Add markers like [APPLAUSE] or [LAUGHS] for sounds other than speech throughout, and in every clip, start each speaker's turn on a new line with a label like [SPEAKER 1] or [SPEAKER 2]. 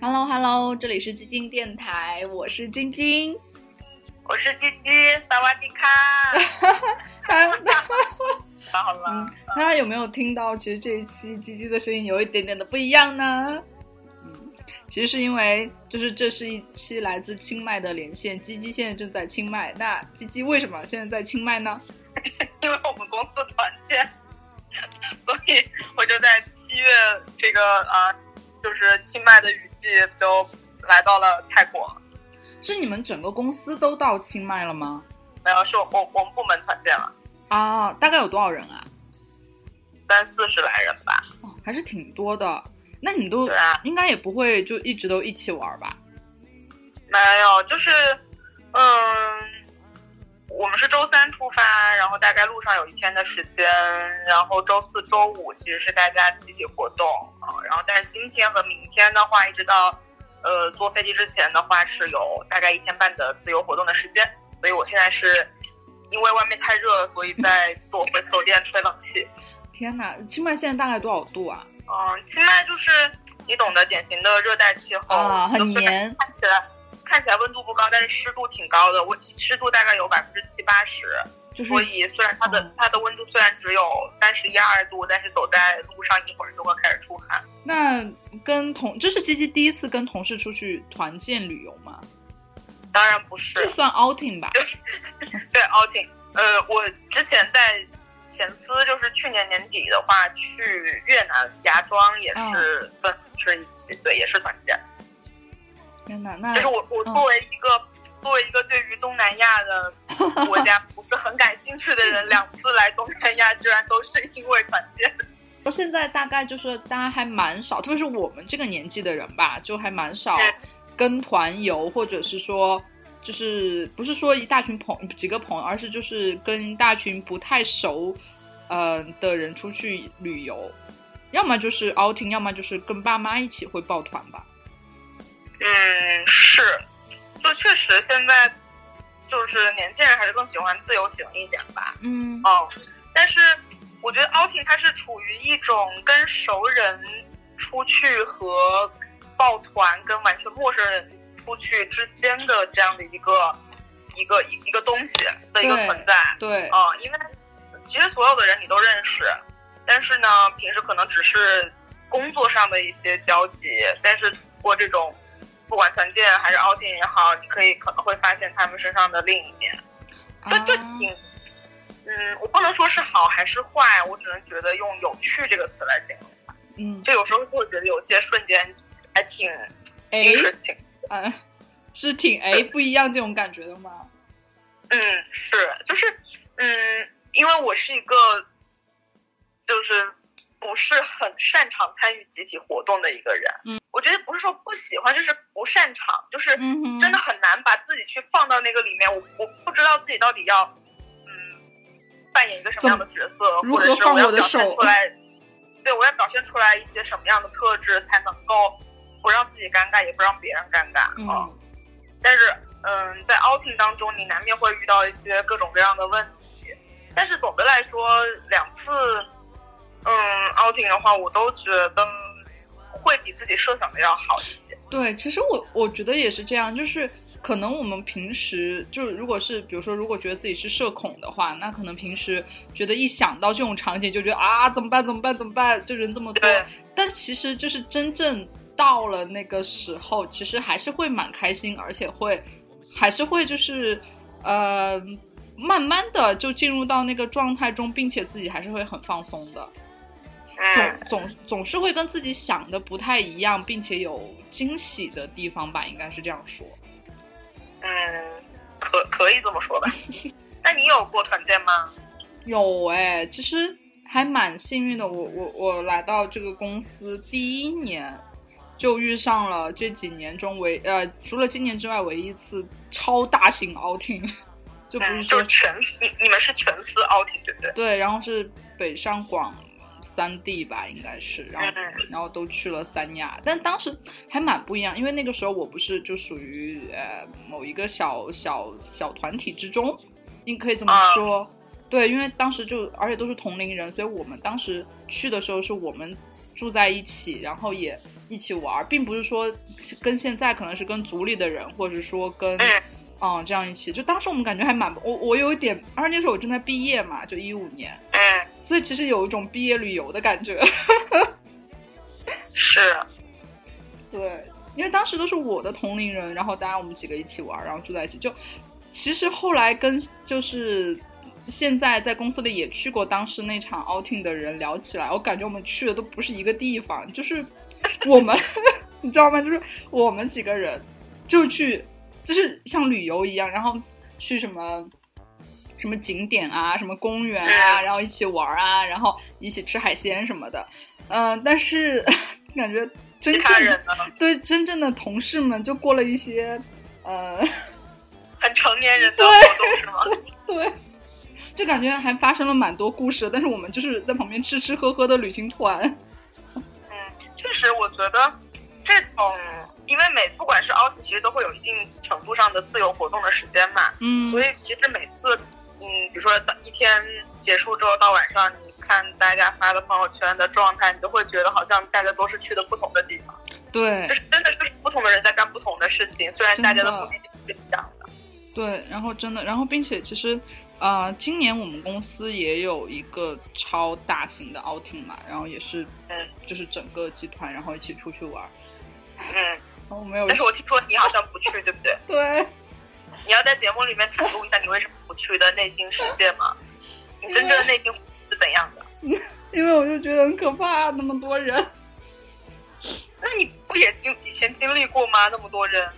[SPEAKER 1] Hello Hello，这里是基金电台，我是晶晶。
[SPEAKER 2] 我是鸡鸡，萨瓦迪卡，
[SPEAKER 1] 大家
[SPEAKER 2] 好了，
[SPEAKER 1] 嗯大家有没有听到？其实这一期鸡鸡的声音有一点点的不一样呢。嗯，其实是因为就是这是一期来自清迈的连线，鸡鸡现在正在清迈。那鸡鸡为什么现在在清迈呢？
[SPEAKER 2] 因为我们公司团建， [LAUGHS] 所以我就在七月这个啊，就是清迈的雨季就来到了泰国。
[SPEAKER 1] 是你们整个公司都到清迈了吗？
[SPEAKER 2] 没有，是我我我们部门团建了，
[SPEAKER 1] 啊，大概有多少人啊？
[SPEAKER 2] 三四十来人吧。
[SPEAKER 1] 哦，还是挺多的。那你们都
[SPEAKER 2] 对啊，
[SPEAKER 1] 应该也不会就一直都一起玩吧？
[SPEAKER 2] 没有，就是嗯，我们是周三出发，然后大概路上有一天的时间，然后周四周五其实是大家集体活动啊，然后但是今天和明天的话，一直到呃坐飞机之前的话是有大概一天半的自由活动的时间，所以我现在是。因为外面太热，所以
[SPEAKER 1] [LAUGHS]
[SPEAKER 2] 在躲回酒店吹冷气。
[SPEAKER 1] 天哪，清迈现在大概多少度啊？
[SPEAKER 2] 嗯，清迈就是你懂的，典型的热带气候，
[SPEAKER 1] 啊，很
[SPEAKER 2] 就是
[SPEAKER 1] 黏。
[SPEAKER 2] 看起来看起来温度不高，但是湿度挺高的，温湿度大概有百分之七八十，
[SPEAKER 1] 就是
[SPEAKER 2] 所以虽然它的、
[SPEAKER 1] 嗯
[SPEAKER 2] 它的温度虽然只有三十一二度，但是走在路上一会儿就会开始出汗。
[SPEAKER 1] 那跟同这是吉吉第一次跟同事出去团建旅游吗？
[SPEAKER 2] 当然不是
[SPEAKER 1] 这，算 outing 吧？
[SPEAKER 2] 对 outing，呃，我之前在前司就是去年年底的话，去越南芽庄也
[SPEAKER 1] 嗯
[SPEAKER 2] 是跟是一起，对，也是团建。
[SPEAKER 1] 天哪，那
[SPEAKER 2] 就是我我
[SPEAKER 1] 嗯
[SPEAKER 2] 作为一个、作为一个对于东南亚 [LAUGHS] 的国家不是很感兴趣的人，两次来东南亚居然都是因为团建。
[SPEAKER 1] 现在大概就是大家还蛮少，特别是我们这个年纪的人吧，就还蛮少
[SPEAKER 2] 嗯
[SPEAKER 1] 跟团游，或者是说，就是不是说一大群朋几个朋友，而是就是跟一大群不太熟，呃的人出去旅游，要么就是 outing，要么就是跟爸妈一起会抱团吧。
[SPEAKER 2] 嗯，是，就确实现在就是年轻人还是更喜欢自由行一点吧。
[SPEAKER 1] 嗯
[SPEAKER 2] 哦，但是我觉得 outing 它是处于一种跟熟人出去和抱团跟完全陌生人出去之间的这样的一个一个一一个东西的一个
[SPEAKER 1] 对
[SPEAKER 2] 存在。
[SPEAKER 1] 对，
[SPEAKER 2] 哦，因为其实所有的人你都认识，但是呢，平时可能只是工作上的一些交集，但是通过这种不管团建还是 outing 也好，你可以可能会发现他们身上的另一面，这这
[SPEAKER 1] 啊
[SPEAKER 2] 挺。嗯，我不能说是好还是坏，我只能觉得用“有趣”这个词来形容。
[SPEAKER 1] 嗯，
[SPEAKER 2] 就有时候会觉得有些瞬间还挺
[SPEAKER 1] 哎，
[SPEAKER 2] interesting。
[SPEAKER 1] 嗯，是挺哎不一样这种感觉的吗？
[SPEAKER 2] 嗯，是，就是，嗯，因为我是一个，就是不是很擅长参与集体活动的一个人。
[SPEAKER 1] 嗯，
[SPEAKER 2] 我觉得不是说不喜欢，就是不擅长，就是
[SPEAKER 1] 嗯哼，
[SPEAKER 2] 真的很难把自己去放到那个里面。我我不知道自己到底要，嗯，扮演一个什么样的角色，
[SPEAKER 1] 如
[SPEAKER 2] 或者
[SPEAKER 1] 何
[SPEAKER 2] 是
[SPEAKER 1] 放
[SPEAKER 2] 我要
[SPEAKER 1] 我的
[SPEAKER 2] 表现
[SPEAKER 1] 手
[SPEAKER 2] 出来，对我要表现出来一些什么样的特质，才能够不让自己尴尬，也不让别人尴尬。
[SPEAKER 1] 嗯
[SPEAKER 2] 啊但是，嗯，在 outing 当中，你难免会遇到一些各种各样的问题。但是总的来说，两次，嗯，outing 的话，我都觉得会比自己设想的要好一些。
[SPEAKER 1] 对，其实我我觉得也是这样，就是可能我们平时就是如果是比如说，如果觉得自己是社恐的话，那可能平时觉得一想到这种场景就觉得啊怎么办怎么办怎么办，就人这么多
[SPEAKER 2] 对。
[SPEAKER 1] 但其实就是真正到了那个时候，其实还是会蛮开心，而且会还是会就是呃慢慢的就进入到那个状态中，并且自己还是会很放松的。
[SPEAKER 2] 嗯，
[SPEAKER 1] 总总总是会跟自己想的不太一样，并且有惊喜的地方吧，应该是这样说。
[SPEAKER 2] 嗯，可可以这么说吧。那你有过团建吗？
[SPEAKER 1] 有哎、其实还蛮幸运的。我我我来到这个公司第一年，就遇上了这几年中唯呃除了今年之外唯一一次超大型 outing，就不 [LAUGHS] 是
[SPEAKER 2] 嗯，
[SPEAKER 1] 说、
[SPEAKER 2] 就是全你你们是全司 outing 对不对？
[SPEAKER 1] 对，然后是北上广三地吧，应该是，然后
[SPEAKER 2] 嗯
[SPEAKER 1] 然后都去了三亚，但当时还蛮不一样，因为那个时候我不是就属于呃某一个小小小团体之中，你可以这么
[SPEAKER 2] 啊
[SPEAKER 1] 说，对，因为当时就而且都是同龄人，所以我们当时去的时候是我们住在一起，然后也一起玩，并不是说跟现在可能是跟组里的人，或者是说跟
[SPEAKER 2] 嗯
[SPEAKER 1] 嗯这样一起。就当时我们感觉还蛮我我有一点，而且那时候我正在毕业嘛，就一五年，
[SPEAKER 2] 嗯，
[SPEAKER 1] 所以其实有一种毕业旅游的感觉。
[SPEAKER 2] 是，
[SPEAKER 1] 对，因为当时都是我的同龄人，然后大家我们几个一起玩，然后住在一起。就其实后来跟就是现在在公司里也去过当时那场 outing 的人聊起来，我感觉我们去的都不是一个地方，就是我们 [LAUGHS] 你知道吗？就是我们几个人就去，就是像旅游一样，然后去什么。什么景点啊，什么公园
[SPEAKER 2] 嗯
[SPEAKER 1] 啊，然后一起玩啊，然后一起吃海鲜什么的，嗯、但是 [LAUGHS] 感觉真
[SPEAKER 2] 其
[SPEAKER 1] 正
[SPEAKER 2] 他人呢，
[SPEAKER 1] 对真正的同事们就过了一些，呃， [LAUGHS]
[SPEAKER 2] 很成年人的活动是吗？
[SPEAKER 1] 对，就感觉还发生了蛮多故事，但是我们就是在旁边吃吃喝喝的旅行团，
[SPEAKER 2] 确实，我觉得这种，因为每不管是 out，其实都会有一定程度上的自由活动的时间嘛，
[SPEAKER 1] 嗯
[SPEAKER 2] 所以其实每次，嗯，比如说到一天结束之后到晚上，你看大家发的朋友圈的状态，你都会觉得好像大家都是去的不同的地方，
[SPEAKER 1] 对
[SPEAKER 2] 就是真的就是不同的人在干不同的事情，虽然大家的目的地是一样的。
[SPEAKER 1] 对，然后真的，然后并且其实，呃，今年我们公司也有一个超大型的 outing 嘛，然后也是
[SPEAKER 2] 嗯
[SPEAKER 1] 就是整个集团然后一起出去玩，
[SPEAKER 2] 嗯，
[SPEAKER 1] 然后没有
[SPEAKER 2] 但是我听说你好像不去，对不对？
[SPEAKER 1] 对。
[SPEAKER 2] 你要在节目里面袒露一下你为什么不去的内心世界吗？你真正的内心是怎样的？
[SPEAKER 1] 因为我就觉得很可怕，那么多人，
[SPEAKER 2] 那你不也经以前经历过吗？那么多人，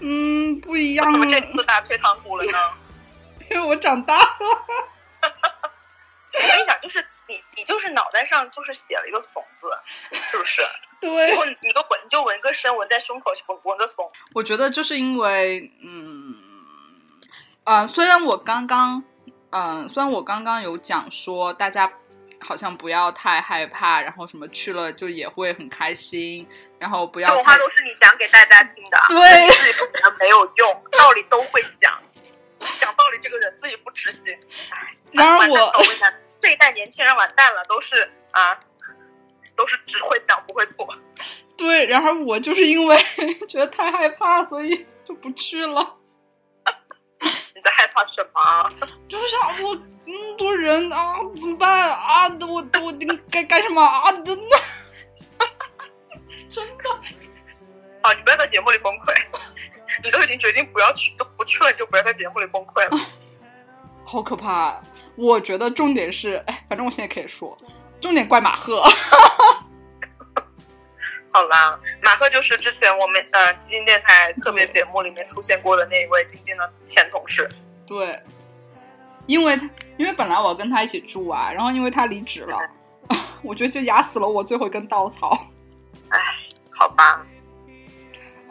[SPEAKER 1] 嗯，不一
[SPEAKER 2] 为
[SPEAKER 1] 样
[SPEAKER 2] 什么这
[SPEAKER 1] 了
[SPEAKER 2] 次打退堂鼓了
[SPEAKER 1] [LAUGHS]
[SPEAKER 2] 呢？
[SPEAKER 1] 因为我长大了。
[SPEAKER 2] 我跟你讲，就是你，你就是脑袋上就是写了一个“怂”字，是不是？
[SPEAKER 1] 对
[SPEAKER 2] 然，后你就纹，你就纹个身，纹在胸口，纹纹个“怂
[SPEAKER 1] 我觉得就是因为，嗯，呃，虽然我刚刚，嗯、虽然我刚刚有讲说大家好像不要太害怕，然后什么去了就也会很开心，然后”。不
[SPEAKER 2] 这
[SPEAKER 1] 要
[SPEAKER 2] 种
[SPEAKER 1] 太
[SPEAKER 2] 话都是你讲给大家听的，
[SPEAKER 1] 对
[SPEAKER 2] 你自己不讲没有用，道理都会讲，讲道理这个人自己不执行。哎
[SPEAKER 1] 然而
[SPEAKER 2] 完蛋
[SPEAKER 1] 我
[SPEAKER 2] 了完蛋了这一代年轻人完蛋了，都是啊，都是只会讲不会做。
[SPEAKER 1] 对，然而我就是因为 [LAUGHS] 觉得太害怕，所以就不去了。
[SPEAKER 2] 你在害怕什么？
[SPEAKER 1] 就是想我那么多人啊，怎么办啊？我我该干什么啊？真的，真的。
[SPEAKER 2] 啊，你不要在节目里崩溃， [LAUGHS] 你都已经决定不要去，都不去了，你就不要在节目里崩溃了。
[SPEAKER 1] 好可怕、啊我觉得重点是，哎，反正我现在可以说，重点怪马赫。
[SPEAKER 2] 好啦，马克就是之前我们呃基金电台特别节目里面出现过的那一位基金的前同事。
[SPEAKER 1] 对，因为他，因为本来我跟他一起住啊，然后因为他离职了， [LAUGHS] 我觉得就压死了我最后一根稻草。
[SPEAKER 2] 好吧，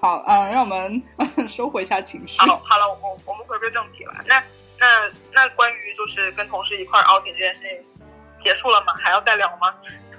[SPEAKER 1] 好，嗯，让我们 [LAUGHS] 收回一下情绪。
[SPEAKER 2] 好，好了，我们我们回归正题了。那那那关于就是跟同事一块儿 outing 这件事情结束了吗？还要再聊吗？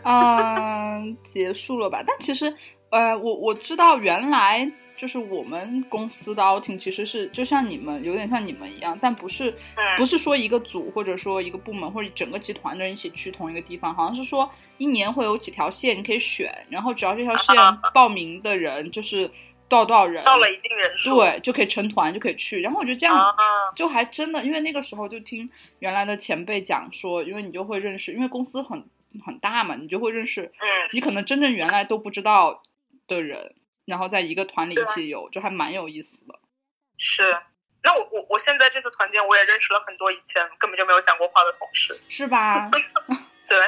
[SPEAKER 1] 嗯，结束了吧？但其实，呃，我我知道原来就是我们公司的 outing 其实是就像你们有点像你们一样，但不是
[SPEAKER 2] 嗯
[SPEAKER 1] 不是说一个组或者说一个部门或者整个集团的人一起去同一个地方，好像是说一年会有几条线你可以选，然后只要这条线
[SPEAKER 2] 啊
[SPEAKER 1] 报名的人就是多少多少人，
[SPEAKER 2] 到了一定人数，
[SPEAKER 1] 对就可以成团就可以去。然后我觉得这样
[SPEAKER 2] 啊，
[SPEAKER 1] 就还真的，因为那个时候就听原来的前辈讲说，因为你就会认识，因为公司很很大嘛，你就会认识
[SPEAKER 2] 嗯，
[SPEAKER 1] 你可能真正原来都不知道的人，然后在一个团里
[SPEAKER 2] 对啊
[SPEAKER 1] 一起游，就还蛮有意思的。
[SPEAKER 2] 是。那我我我现在这次团建，我也认识了很多以前根本就没有讲过话的同事。
[SPEAKER 1] 是
[SPEAKER 2] [LAUGHS]
[SPEAKER 1] 吧？
[SPEAKER 2] 对，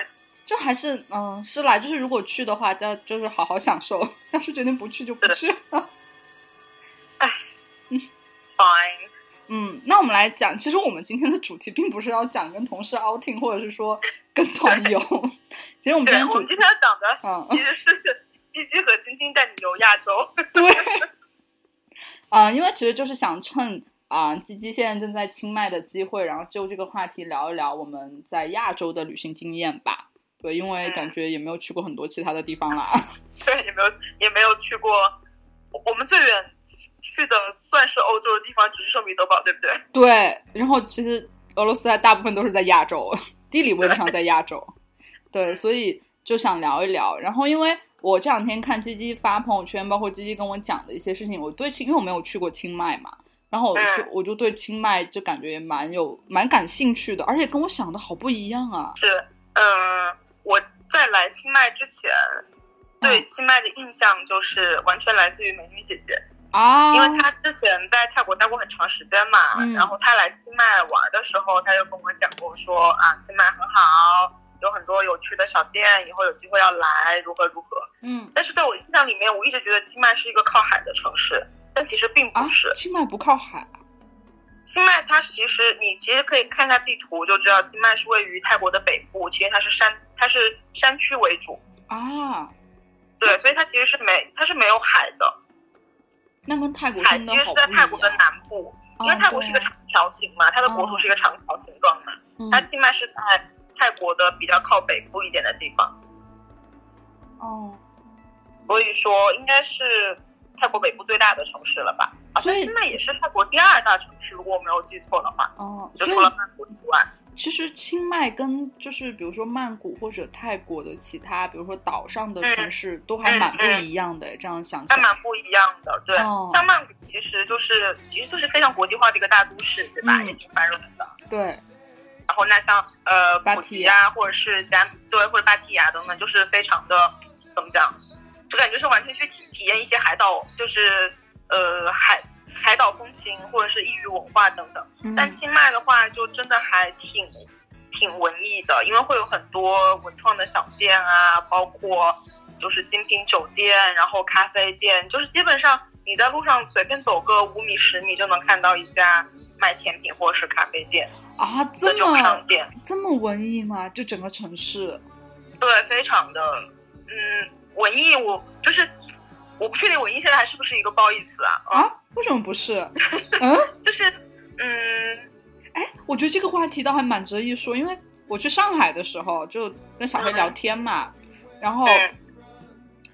[SPEAKER 1] 就还是嗯，是啦，就是如果去的话，要就是好好享受； [LAUGHS] 要是决定不去就不去。
[SPEAKER 2] fine。
[SPEAKER 1] 嗯，那我们来讲，其实我们今天的主题并不是要讲跟同事 outing，或者是说跟团游。 [LAUGHS] 其实我们今
[SPEAKER 2] 对，
[SPEAKER 1] 天
[SPEAKER 2] 我
[SPEAKER 1] 主
[SPEAKER 2] 们今天要讲的
[SPEAKER 1] 嗯
[SPEAKER 2] 其实是鸡鸡和晶晶带你游亚洲。
[SPEAKER 1] 啊、因为其实就是想趁啊鸡鸡现在正在清迈的机会，然后就这个话题聊一聊我们在亚洲的旅行经验吧。对，因为感觉也没有去过很多其他的地方啦。
[SPEAKER 2] 对，也没有也没有去过。我我们最远去的算是欧洲的地方，只是圣彼得堡，对不对？
[SPEAKER 1] 对，然后其实俄罗斯它大部分都是在亚洲，地理位置上在亚洲，对，所以就想聊一聊。然后因为我这两天看鸡鸡发朋友圈，包括鸡鸡跟我讲的一些事情，我对清，因为我没有去过清迈嘛，然后我就、
[SPEAKER 2] 嗯
[SPEAKER 1] 我就对清迈就感觉也蛮有蛮感兴趣的，而且跟我想的好不一样啊。
[SPEAKER 2] 是，嗯，我在来清迈之前，
[SPEAKER 1] 嗯
[SPEAKER 2] 对清迈的印象就是完全来自于美女姐姐，
[SPEAKER 1] 啊，
[SPEAKER 2] 因为她之前在泰国待过很长时间嘛，
[SPEAKER 1] 嗯
[SPEAKER 2] 然后她来清迈玩的时候，她就跟我讲过说啊，清迈很好，有很多有趣的小店，以后有机会要来，如何如何。
[SPEAKER 1] 嗯
[SPEAKER 2] 但是在我印象里面，我一直觉得清迈是一个靠海的城市，但其实并
[SPEAKER 1] 啊
[SPEAKER 2] 不是。，
[SPEAKER 1] 清迈不靠海啊，
[SPEAKER 2] 清迈它其实你其实可以看一下地图就知道，清迈是位于泰国的北部，其实它是山，它是山区为主，
[SPEAKER 1] 啊，
[SPEAKER 2] 对，所以它其实是没它是没有海的，
[SPEAKER 1] 那跟泰国
[SPEAKER 2] 海
[SPEAKER 1] 真
[SPEAKER 2] 其
[SPEAKER 1] 的
[SPEAKER 2] 实
[SPEAKER 1] 好
[SPEAKER 2] 是
[SPEAKER 1] 不
[SPEAKER 2] 在
[SPEAKER 1] 一
[SPEAKER 2] 泰
[SPEAKER 1] 样
[SPEAKER 2] 国的。南部，因为
[SPEAKER 1] 啊
[SPEAKER 2] 泰国是一个
[SPEAKER 1] 对
[SPEAKER 2] 长条形嘛，它的国
[SPEAKER 1] 哦
[SPEAKER 2] 土是一个长条形状的，
[SPEAKER 1] 嗯
[SPEAKER 2] 它清迈是在泰国的比较靠北部一点的地方，
[SPEAKER 1] 哦，
[SPEAKER 2] 所以说应该是泰国北部最大的城市了吧？好
[SPEAKER 1] 所
[SPEAKER 2] 像
[SPEAKER 1] 以
[SPEAKER 2] 清迈也是泰国第二大城市，如果我没有记错的话，
[SPEAKER 1] 哦，
[SPEAKER 2] 就
[SPEAKER 1] 所
[SPEAKER 2] 除了
[SPEAKER 1] 以
[SPEAKER 2] 曼谷以外。
[SPEAKER 1] 其实清迈跟就是比如说曼谷或者泰国的其他，比如说岛上的
[SPEAKER 2] 嗯
[SPEAKER 1] 城市，都还蛮不一样的。这样想起
[SPEAKER 2] 还
[SPEAKER 1] 来，
[SPEAKER 2] 蛮不一样的，对，
[SPEAKER 1] 哦
[SPEAKER 2] 像曼谷其实就是其实就是非常国际化的一个大都市，对吧？
[SPEAKER 1] 嗯
[SPEAKER 2] 也挺繁荣的。
[SPEAKER 1] 对，
[SPEAKER 2] 然后那像呃
[SPEAKER 1] 芭
[SPEAKER 2] 普
[SPEAKER 1] 提
[SPEAKER 2] 吉
[SPEAKER 1] 雅
[SPEAKER 2] 啊，或者是加对或者芭提雅等等，就是非常的怎么讲，就感觉是完全去体体验一些海岛，就是呃海海岛风情或者是异域文化等等。
[SPEAKER 1] 嗯
[SPEAKER 2] 但清迈的话，就真的还挺挺文艺的，因为会有很多文创的小店啊，包括就是精品酒店，然后咖啡店，就是基本上你在路上随便走个五米十米就能看到一家卖甜品或者是咖啡店
[SPEAKER 1] 啊，
[SPEAKER 2] 的
[SPEAKER 1] 这
[SPEAKER 2] 这种
[SPEAKER 1] 么
[SPEAKER 2] 商店，
[SPEAKER 1] 这么文艺吗？就整个城市，
[SPEAKER 2] 对，非常的嗯文艺，我就是。我不确定文艺现在还是不是一个褒义词啊？嗯，
[SPEAKER 1] 啊？为什么不是？
[SPEAKER 2] 就是，嗯，
[SPEAKER 1] 我觉得这个话题倒还蛮值得一说，因为我去上海的时候就跟小黑聊天嘛，然后
[SPEAKER 2] 嗯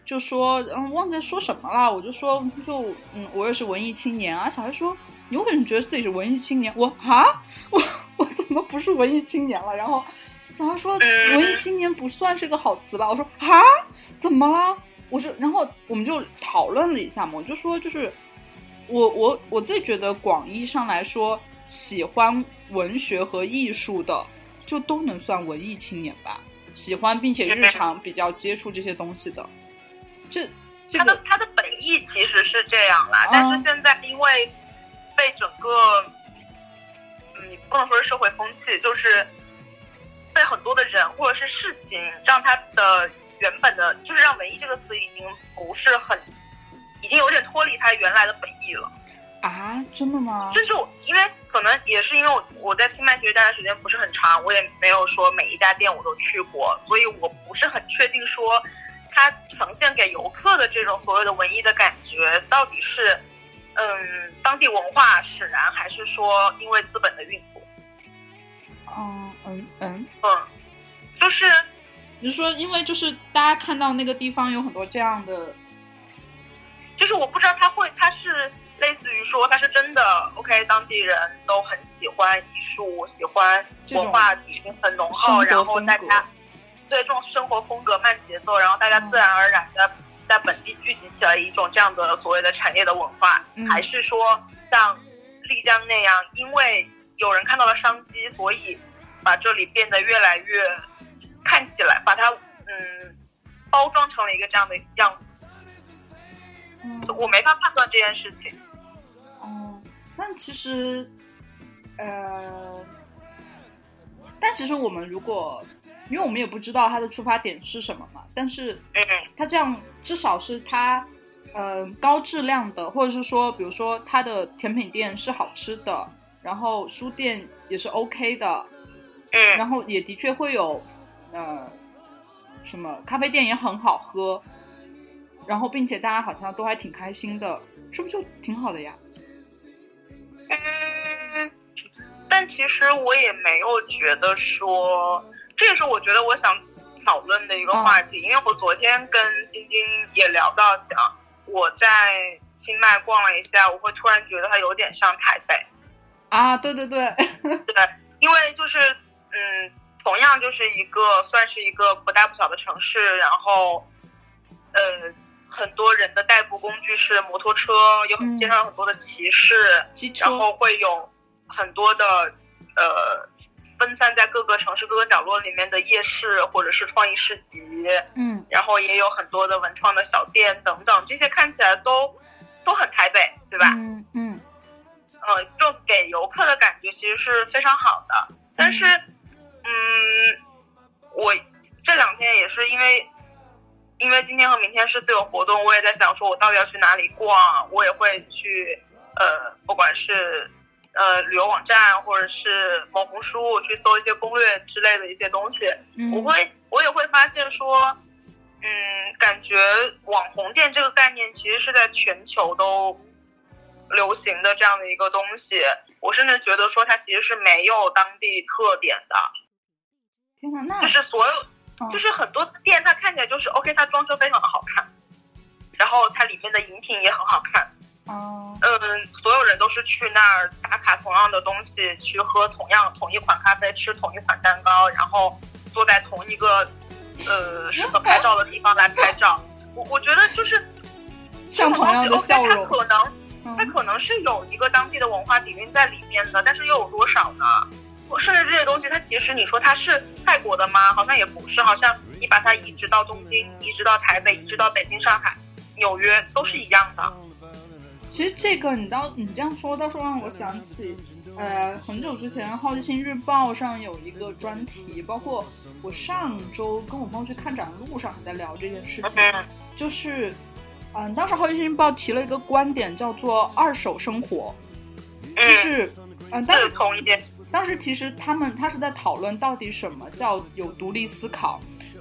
[SPEAKER 1] 就说嗯忘记说什么了，我就说就嗯我也是文艺青年啊，小黑说你为什么觉得自己是文艺青年？我啊 [LAUGHS] 我我怎么不是文艺青年了？然后小黑说
[SPEAKER 2] 嗯
[SPEAKER 1] 文艺青年不算是个好词吧？我说啊怎么了？我说，然后我们就讨论了一下嘛，我就说，就是我我我自己觉得广义上来说，喜欢文学和艺术的，就都能算文艺青年吧。喜欢并且日常比较接触这些东西的，这这
[SPEAKER 2] 它的
[SPEAKER 1] 个
[SPEAKER 2] 它的本意其实是这样啦，但
[SPEAKER 1] 嗯
[SPEAKER 2] 是现在因为被整个，嗯，不能说是社会风气，就是被很多的人或者是事情，让它的原本的，就是让文艺这个词已经不是很，已经有点脱离它原来的本意了。
[SPEAKER 1] 啊，真的吗？
[SPEAKER 2] 就是我因为可能也是因为我我在清迈其实待的时间不是很长，我也没有说每一家店我都去过，所以我不是很确定说它呈现给游客的这种所谓的文艺的感觉到底是嗯当地文化使然，还是说因为资本的运作？
[SPEAKER 1] 嗯嗯嗯，
[SPEAKER 2] 嗯，就是
[SPEAKER 1] 你是说因为就是大家看到那个地方有很多这样的
[SPEAKER 2] 就是我不知道它会它是。类似于说，它是真的，OK，当地人都很喜欢艺术，喜欢
[SPEAKER 1] 这种
[SPEAKER 2] 文化底蕴很浓
[SPEAKER 1] 生
[SPEAKER 2] 厚，然
[SPEAKER 1] 活
[SPEAKER 2] 后
[SPEAKER 1] 风
[SPEAKER 2] 大
[SPEAKER 1] 格，
[SPEAKER 2] 家对这种生活风格、慢节奏，然后大
[SPEAKER 1] 嗯
[SPEAKER 2] 家自然而然的在本地聚集起来一种这样的所谓的产业的文化，
[SPEAKER 1] 嗯
[SPEAKER 2] 还是说像丽江那样，因为有人看到了商机，所以把这里变得越来越看起来，把它嗯包装成了一个这样的样子，
[SPEAKER 1] 嗯
[SPEAKER 2] 我没法判断这件事情。
[SPEAKER 1] 哦，但其实，呃，但其实我们如果，因为我们也不知道它的出发点是什么嘛，但是
[SPEAKER 2] 嗯
[SPEAKER 1] 它这样至少是它，呃，高质量的，或者是说，比如说它的甜品店是好吃的，然后书店也是 OK 的，
[SPEAKER 2] 嗯
[SPEAKER 1] 然后也的确会有，呃，什么咖啡店也很好喝，然后并且大家好像都还挺开心的，是不是就挺好的呀？
[SPEAKER 2] 嗯，但其实我也没有觉得说，这也是我觉得我想讨论的一个话题，因为我昨天跟晶晶也聊到讲，我在清迈逛了一下，我会突然觉得它有点像台北，
[SPEAKER 1] 啊，对对对，
[SPEAKER 2] 因为就是嗯，同样就是一个算是一个不大不小的城市，然后呃，很多人的代步工具是摩托车，有很
[SPEAKER 1] 嗯
[SPEAKER 2] 街上有很多的骑士，
[SPEAKER 1] 机车
[SPEAKER 2] 然后会有很多的呃分散在各个城市各个角落里面的夜市或者是创意市集，
[SPEAKER 1] 嗯
[SPEAKER 2] 然后也有很多的文创的小店等等，这些看起来都都很台北，对吧？
[SPEAKER 1] 嗯嗯
[SPEAKER 2] 呃，就给游客的感觉其实是非常好的。但是，嗯，我这两天也是因为，因为今天和明天是自由活动，我也在想说我到底要去哪里逛，我也会去呃，不管是呃旅游网站或者是某红书去搜一些攻略之类的一些东西。
[SPEAKER 1] 嗯，
[SPEAKER 2] 我会我也会发现说，嗯，感觉网红店这个概念其实是在全球都流行的这样的一个东西。我甚至觉得说它其实是没有当地特点的，
[SPEAKER 1] 天呐，那
[SPEAKER 2] 就是所有
[SPEAKER 1] 嗯
[SPEAKER 2] 就是很多店它看起来就是 OK，它装修非常的好看，然后它里面的饮品也很好看。
[SPEAKER 1] 哦
[SPEAKER 2] 嗯，所有人都是去那儿打卡同样的东西，去喝同样同一款咖啡，吃同一款蛋糕，然后坐在同一个呃适合拍照的地方来拍照。我我觉得就是
[SPEAKER 1] 像朋友的笑
[SPEAKER 2] 这
[SPEAKER 1] 容
[SPEAKER 2] 种东西 OK，它可能它
[SPEAKER 1] 嗯
[SPEAKER 2] 可能是有一个当地的文化底蕴在里面的，但是又有多少呢？我甚至这些东西，它其实你说它是泰国的吗？好像也不是，好像你把它移植到东京，移植到台北，移植到北京、上海、纽约，都是一样的。
[SPEAKER 1] 其实这个你到你这样说，倒是让我想起，呃，很久之前《好奇心日报》上有一个专题，包括我上周跟我朋友去看展路上还在聊这件事情，
[SPEAKER 2] 嗯
[SPEAKER 1] 就是，嗯、当时《好奇心日报》提了一个观点，叫做“二手生活”，就
[SPEAKER 2] 嗯，
[SPEAKER 1] 是，嗯、当
[SPEAKER 2] 是
[SPEAKER 1] 时
[SPEAKER 2] 同意。
[SPEAKER 1] 当时其实他们他是在讨论到底什么叫有独立思考，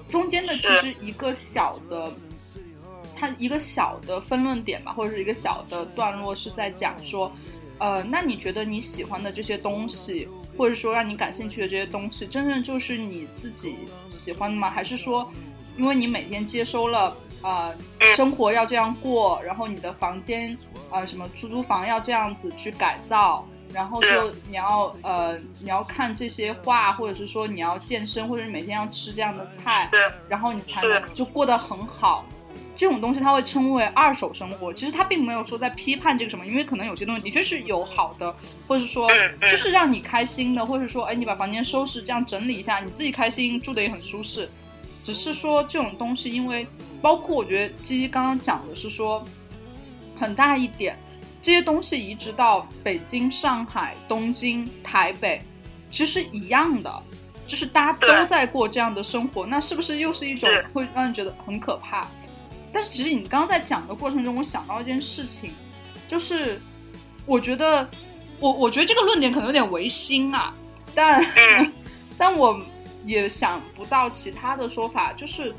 [SPEAKER 1] 中间的其
[SPEAKER 2] 是
[SPEAKER 1] 实一个小的，它一个小的分论点吧，或者是一个小的段落是在讲说，呃，那你觉得你喜欢的这些东西，或者说让你感兴趣的这些东西，真正就是你自己喜欢的吗？还是说，因为你每天接收了啊、
[SPEAKER 2] 嗯
[SPEAKER 1] 生活要这样过，然后你的房间啊、呃什么出租房要这样子去改造，然后说你要呃你要看这些画，或者是说你要健身，或者是每天要吃这样的菜，
[SPEAKER 2] 是，
[SPEAKER 1] 然后你才
[SPEAKER 2] 是
[SPEAKER 1] 能就过得很好。这种东西它会称为二手生活，其实它并没有说在批判这个什么，因为可能有些东西的确是有好的，或者是说
[SPEAKER 2] 嗯嗯
[SPEAKER 1] 就是让你开心的，或者说哎你把房间收拾这样整理一下，你自己开心，住的也很舒适。只是说这种东西，因为包括我觉得基基刚刚讲的是说很大一点，这些东西移植到北京、上海、东京、台北，其实一样的，就是大家都
[SPEAKER 2] 对
[SPEAKER 1] 在过这样的生活，那是不是又是一种
[SPEAKER 2] 是
[SPEAKER 1] 会让人觉得很可怕？但是其实你刚刚在讲的过程中，我想到一件事情，就是我觉得我我觉得这个论点可能有点违心啊，但 [LAUGHS]
[SPEAKER 2] 嗯
[SPEAKER 1] 但我也想不到其他的说法，就是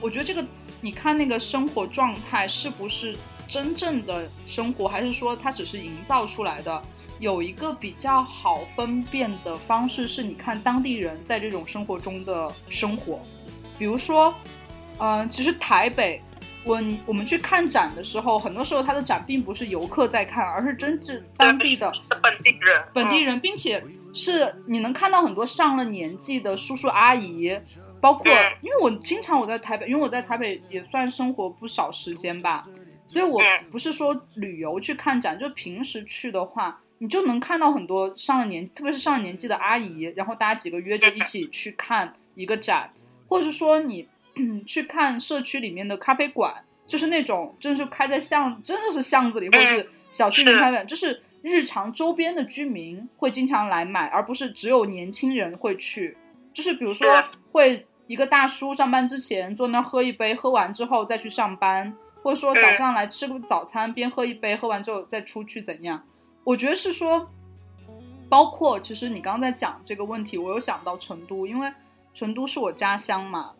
[SPEAKER 1] 我觉得这个你看那个生活状态是不是真正的生活，还是说它只是营造出来的？有一个比较好分辨的方式是，你看当地人在这种生活中的生活，比如说，嗯、其实台北，我我们去看展的时候，很多时候它的展并不是游客在看，而是真正当地的
[SPEAKER 2] 本地人，
[SPEAKER 1] 本地人，并且是你能看到很多上了年纪的叔叔阿姨，包括
[SPEAKER 2] 嗯
[SPEAKER 1] 因为我经常我在台北，因为我在台北也算生活不少时间吧，所以我
[SPEAKER 2] 嗯
[SPEAKER 1] 不是说旅游去看展，就平时去的话，你就能看到很多上了年，特别是上了年纪的阿姨，然后大家几个约着一起去看一个展，或者是说你 [CLEARS THROAT] 去看社区里面的咖啡馆，就是那种真是开在巷，真的是巷子里或者是小区里面
[SPEAKER 2] 是
[SPEAKER 1] 开馆，就是日常周边的居民会经常来买，而不是只有年轻人会去。就是比如说
[SPEAKER 2] 是
[SPEAKER 1] 会一个大叔上班之前坐那儿喝一杯，喝完之后再去上班，或者说早上来吃个早餐，边喝一杯，喝完之后再出去怎样？我觉得是说，包括其实你刚刚在讲这个问题，我有想到成都，因为成都是我家乡嘛。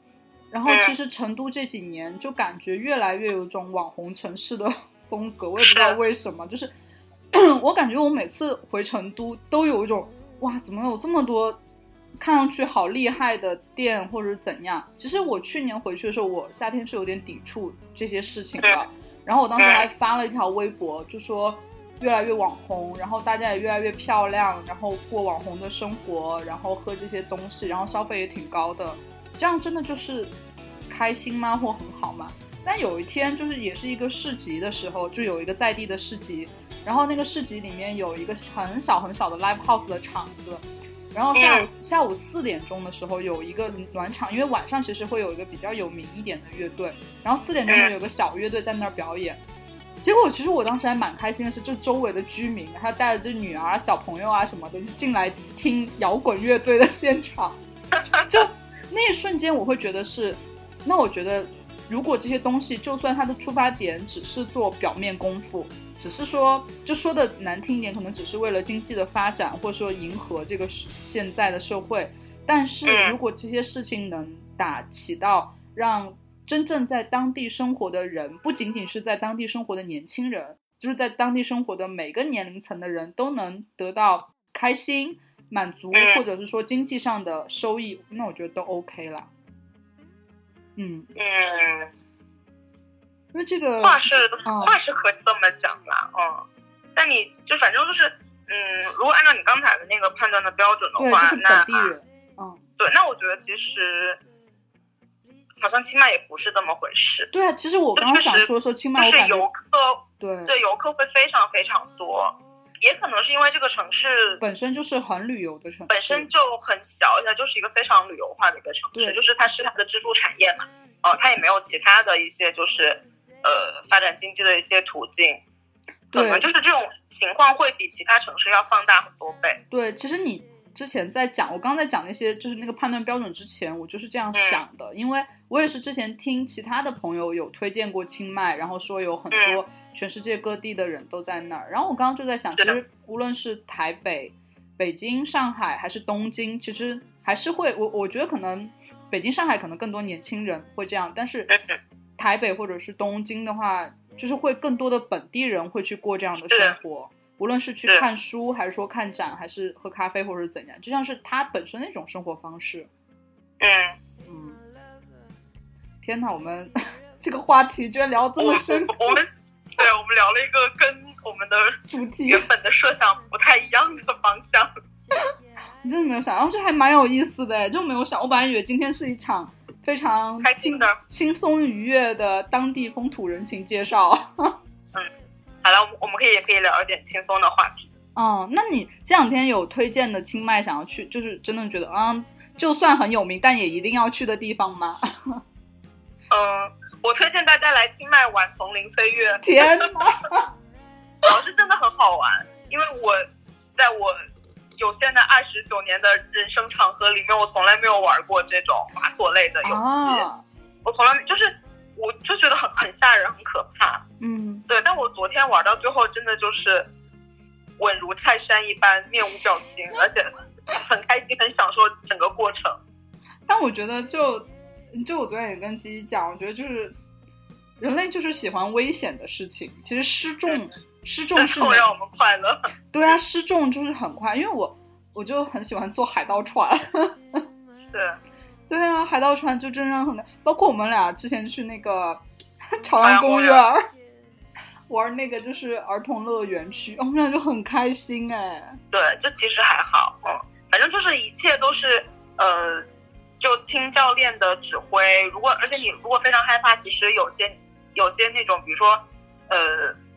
[SPEAKER 1] 然
[SPEAKER 2] 嗯
[SPEAKER 1] 后其实成都这几年就感觉越来越有一种网红城市的 [LAUGHS] 风格，我也不知道为什么，就是 [CLEARS THROAT] 我感觉我每次回成都都有一种哇，怎么有这么多看上去好厉害的店或者是怎样？其实我去年回去的时候，我夏天是有点抵触这些事情的，然后我当时还发了一条微博，就说越来越网红，然后大家也越来越漂亮，然后过网红的生活，然后喝这些东西，然后消费也挺高的，这样真的就是开心吗？或很好吗？但有一天就是也是一个市集的时候，就有一个在地的市集，然后那个市集里面有一个很小很小的 live house 的场子，然后下午、下午四点钟的时候有一个暖场，因为晚上其实会有一个比较有名一点的乐队，然后四点钟
[SPEAKER 2] 嗯
[SPEAKER 1] 会有个小乐队在那儿表演。结果其实我当时还蛮开心的是，就周围的居民，还有带着这女儿、小朋友啊什么的，就进来听摇滚乐队的现场，就那一瞬间我会觉得是，那我觉得如果这些东西，就算它的出发点只是做表面功夫，只是说就说的难听一点，可能只是为了经济的发展，或者说迎合这个时现在的社会，但是
[SPEAKER 2] 嗯
[SPEAKER 1] 如果这些事情能打起到让真正在当地生活的人，不仅仅是在当地生活的年轻人，就是在当地生活的每个年龄层的人都能得到开心、满足，
[SPEAKER 2] 嗯
[SPEAKER 1] 或者是说经济上的收益，那我觉得都 OK 啦。嗯，
[SPEAKER 2] 嗯，
[SPEAKER 1] 因为这个
[SPEAKER 2] 话是
[SPEAKER 1] 嗯
[SPEAKER 2] 话是可以这么讲啦，嗯，但你就反正就是，嗯，如果按照你刚才的那个判断的标准的
[SPEAKER 1] 对，就
[SPEAKER 2] 话，
[SPEAKER 1] 是
[SPEAKER 2] 那
[SPEAKER 1] 本地人，嗯
[SPEAKER 2] 对，那我觉得其实好像清迈也不是这么回事，
[SPEAKER 1] 对啊。其实我刚刚
[SPEAKER 2] 就确
[SPEAKER 1] 想
[SPEAKER 2] 实
[SPEAKER 1] 说的时候，清迈
[SPEAKER 2] 就
[SPEAKER 1] 我
[SPEAKER 2] 是
[SPEAKER 1] 感觉
[SPEAKER 2] 游客
[SPEAKER 1] 对
[SPEAKER 2] 对游客会非常非常多，也可能是因为这个城市
[SPEAKER 1] 本身就是很旅游的城市，
[SPEAKER 2] 本身就很小，它就是一个非常旅游化的一个城市，
[SPEAKER 1] 对
[SPEAKER 2] 就是它是它的支柱产业嘛，哦，它也没有其他的一些就是呃发展经济的一些途径，可
[SPEAKER 1] 对
[SPEAKER 2] 能就是这种情况会比其他城市要放大很多倍。
[SPEAKER 1] 对，其实你之前在讲，我刚刚在讲那些就是那个判断标准之前，我就是这样想的，因为我也是之前听其他的朋友有推荐过清迈，然后说有很多全世界各地的人都在那儿，然后我刚刚就在想，其
[SPEAKER 2] 是的
[SPEAKER 1] 实无论是台北、北京、上海还是东京，其实还是会，我我觉得可能北京、上海可能更多年轻人会这样，但是
[SPEAKER 2] 嗯
[SPEAKER 1] 台北或者是东京的话，就是会更多的本地人会去过这样的
[SPEAKER 2] 是
[SPEAKER 1] 生活，无论是去
[SPEAKER 2] 是
[SPEAKER 1] 看书，还是说看展，还是喝咖啡，或者是怎样，就像是他本身那种生活方式。
[SPEAKER 2] 嗯，
[SPEAKER 1] 嗯，天哪，我们 [LAUGHS] 这个话题居然聊这
[SPEAKER 2] 我
[SPEAKER 1] 么深，
[SPEAKER 2] [LAUGHS] 我
[SPEAKER 1] [LAUGHS]
[SPEAKER 2] 我们对我们聊了一个跟我们的
[SPEAKER 1] 主题
[SPEAKER 2] 原本的设想不太一样的方向。 [LAUGHS]
[SPEAKER 1] 你真的没有想到，这还蛮有意思的，就没有想，我本来以为今天是一场非常
[SPEAKER 2] 开
[SPEAKER 1] 轻
[SPEAKER 2] 心的
[SPEAKER 1] 轻松愉悦的当地风土人情介绍。 [LAUGHS]
[SPEAKER 2] 好了，我们我们可以也可以聊一点轻松的话题。
[SPEAKER 1] 哦，那你这两天有推荐的清迈想要去，就是真的觉得啊、就算很有名，但也一定要去的地方吗？ [LAUGHS]
[SPEAKER 2] 嗯，我推荐大家来清迈玩丛林飞跃。
[SPEAKER 1] 天
[SPEAKER 2] [LAUGHS]
[SPEAKER 1] 哪！
[SPEAKER 2] 主要是真的很好玩，因为我在我有限的二十九年的人生长河里面，我从来没有玩过这种滑索类的游戏，
[SPEAKER 1] 啊，
[SPEAKER 2] 我从来没就是我就觉得很很吓人，很可怕。
[SPEAKER 1] 嗯，
[SPEAKER 2] 对，但我昨天玩到最后，真的就是稳如泰山一般，面无表情，而且很开心，很享受整个过程。
[SPEAKER 1] 但我觉得就就我昨天也跟吉吉讲，我觉得就是人类就是喜欢危险的事情，其实失重失重
[SPEAKER 2] 但
[SPEAKER 1] 是
[SPEAKER 2] 是
[SPEAKER 1] 能
[SPEAKER 2] 会让我们快乐。
[SPEAKER 1] 对啊，失重就是很快，因为我我就很喜欢坐海盗船。 [LAUGHS]
[SPEAKER 2] 对，
[SPEAKER 1] 对啊，海盗船就真的很难，包括我们俩之前去那个 [LAUGHS] 朝
[SPEAKER 2] 朝
[SPEAKER 1] 阳
[SPEAKER 2] 阳
[SPEAKER 1] 公
[SPEAKER 2] 公
[SPEAKER 1] 园
[SPEAKER 2] 园
[SPEAKER 1] 儿 [LAUGHS] 玩那个就是儿童乐园区，我们俩就很开心哎。
[SPEAKER 2] 对，这其实还好，嗯，反正就是一切都是呃，就听教练的指挥。如果而且你如果非常害怕，其实有些有些那种，比如说呃，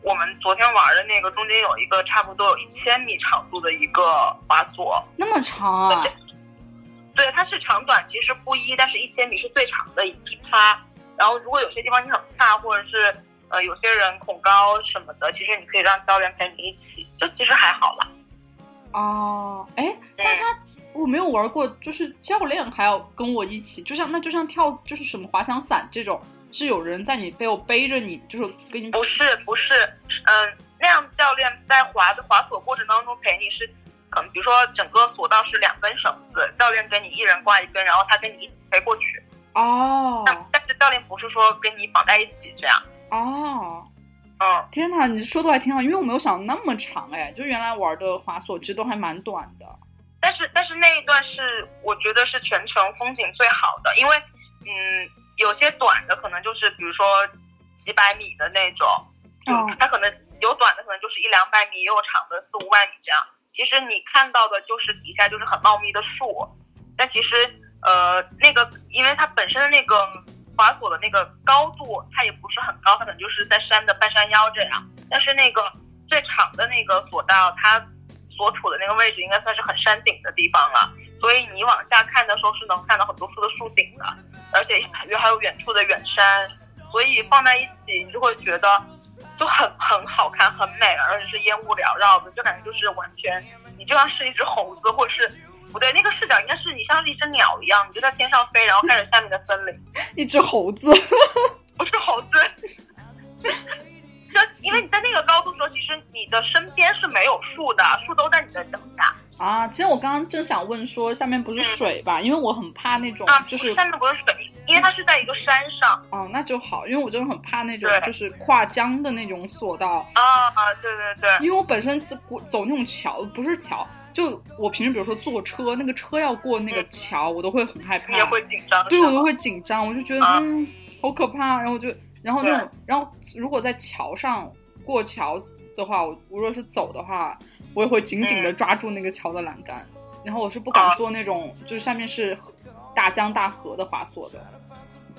[SPEAKER 2] 我们昨天玩的那个中间有一个差不多有一千米长度的一个滑索，
[SPEAKER 1] 那么长啊
[SPEAKER 2] 对，对，它是长短其实不一，但是一千米是最长的一趴。然后如果有些地方你很怕，或者是呃有些人恐高什么的，其实你可以让教练陪你一起，就其实还好啦。
[SPEAKER 1] 哦，哎，
[SPEAKER 2] 嗯
[SPEAKER 1] 但他我没有玩过，就是教练还要跟我一起，就像那就像跳就是什么滑翔伞这种，是有人在你背后背着你，就是给你
[SPEAKER 2] 不是不是，是嗯，那样教练在滑的滑索过程当中陪你是，可能比如说整个索道是两根绳子，教练跟你一人挂一根，然后他跟你一起飞过去。
[SPEAKER 1] 哦
[SPEAKER 2] 但但是教练不是说跟你绑在一起这样，
[SPEAKER 1] 哦，
[SPEAKER 2] 嗯，
[SPEAKER 1] 天哪，你说的还挺好，因为我没有想那么长哎，就原来玩的滑索其实都还蛮短的。
[SPEAKER 2] 但是但是那一段是我觉得是全程风景最好的，因为嗯，有些短的可能就是比如说几百米的那种，就
[SPEAKER 1] 哦
[SPEAKER 2] 它可能有短的可能就是一两百米，也有长的四五百米这样。其实你看到的就是底下就是很茂密的树，但其实呃那个因为它本身的那个滑索的那个高度它也不是很高，它可能就是在山的半山腰这样。但是那个最长的那个索道，它所处的那个位置应该算是很山顶的地方了，所以你往下看的时候是能看到很多树的树顶的，而且还有远处的远山，所以放在一起你就会觉得就很很好看、很美，而且是烟雾缭绕的，就感觉就是完全你就像是一只猴子，或者是不对，那个视角应该是你像是一只鸟一样，你就在天上飞，然后看着下面的森林，
[SPEAKER 1] 一只猴子，
[SPEAKER 2] [LAUGHS] 不是猴子。就因为你在那个高度的时候，其实你的身边是没有树的，树都在你的脚下。
[SPEAKER 1] [LAUGHS] 啊，其实我刚刚正想问说，下面不是水吧？因为我很怕那种
[SPEAKER 2] 啊，
[SPEAKER 1] 就
[SPEAKER 2] 不
[SPEAKER 1] 是
[SPEAKER 2] 是下面不是水，因为它是在一个山上
[SPEAKER 1] 哦，那就好，因为我真的很怕那种
[SPEAKER 2] 对
[SPEAKER 1] 就是跨江的那种索道，
[SPEAKER 2] 啊啊，对对对，
[SPEAKER 1] 因为我本身走走那种桥，不是桥，就我平时比如说坐车，那个车要过那个桥，我都会很害怕
[SPEAKER 2] 你，嗯也会紧张，
[SPEAKER 1] 对
[SPEAKER 2] 是
[SPEAKER 1] 我
[SPEAKER 2] 吗
[SPEAKER 1] 都会紧张，我就觉得
[SPEAKER 2] 啊
[SPEAKER 1] 嗯好可怕，然后我就然后那种
[SPEAKER 2] 对
[SPEAKER 1] 然后如果在桥上过桥的话，我如果是走的话，我也会紧紧的
[SPEAKER 2] 嗯
[SPEAKER 1] 抓住那个桥的栏杆，然后我是不敢
[SPEAKER 2] 啊
[SPEAKER 1] 做那种就是下面是大江大河的滑索的，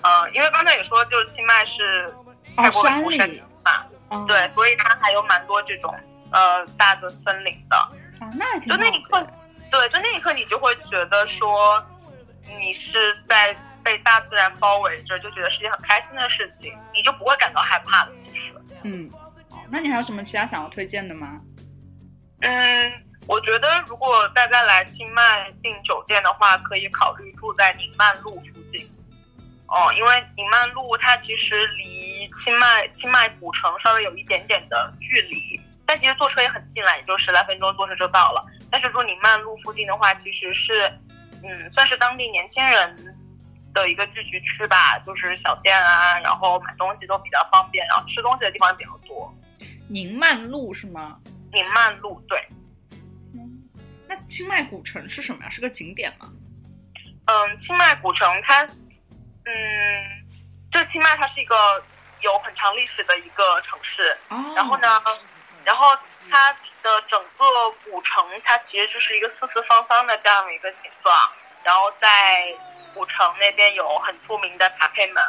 [SPEAKER 2] 嗯，因为刚才也说，就是清迈是
[SPEAKER 1] 哦
[SPEAKER 2] 泰国
[SPEAKER 1] 山
[SPEAKER 2] 的
[SPEAKER 1] 里
[SPEAKER 2] 山地嘛，
[SPEAKER 1] 啊
[SPEAKER 2] 对，所以它还有蛮多这种呃大的森林的。
[SPEAKER 1] 啊那也挺
[SPEAKER 2] 就
[SPEAKER 1] 好
[SPEAKER 2] 那一刻
[SPEAKER 1] 的，
[SPEAKER 2] 对，就那一刻你就会觉得说，你是在被大自然包围着，就觉得是一件很开心的事情，你就不会感到害怕了。其实，
[SPEAKER 1] 嗯，好那你还有什么其他想要推荐的吗？
[SPEAKER 2] 嗯，我觉得如果大家来清迈订酒店的话，可以考虑住在宁曼路附近。哦，因为宁曼路它其实离清迈清迈古城稍微有一点点的距离，但其实坐车也很近啦，也就十来分钟坐车就到了。但是住宁曼路附近的话，其实是，嗯，算是当地年轻人的一个聚集区吧，就是小店啊，然后买东西都比较方便，然后吃东西的地方也比较多。
[SPEAKER 1] 宁曼路是吗？
[SPEAKER 2] 宁曼路对。
[SPEAKER 1] 那清迈古城是什么呀？是个景点吗？
[SPEAKER 2] 嗯，清迈古城它，嗯，就清迈它是一个有很长历史的一个城市，
[SPEAKER 1] 哦，
[SPEAKER 2] 然后呢，然后它的整个古城它其实就是一个四四方方的这样一个形状，然后在古城那边有很著名的塔佩门。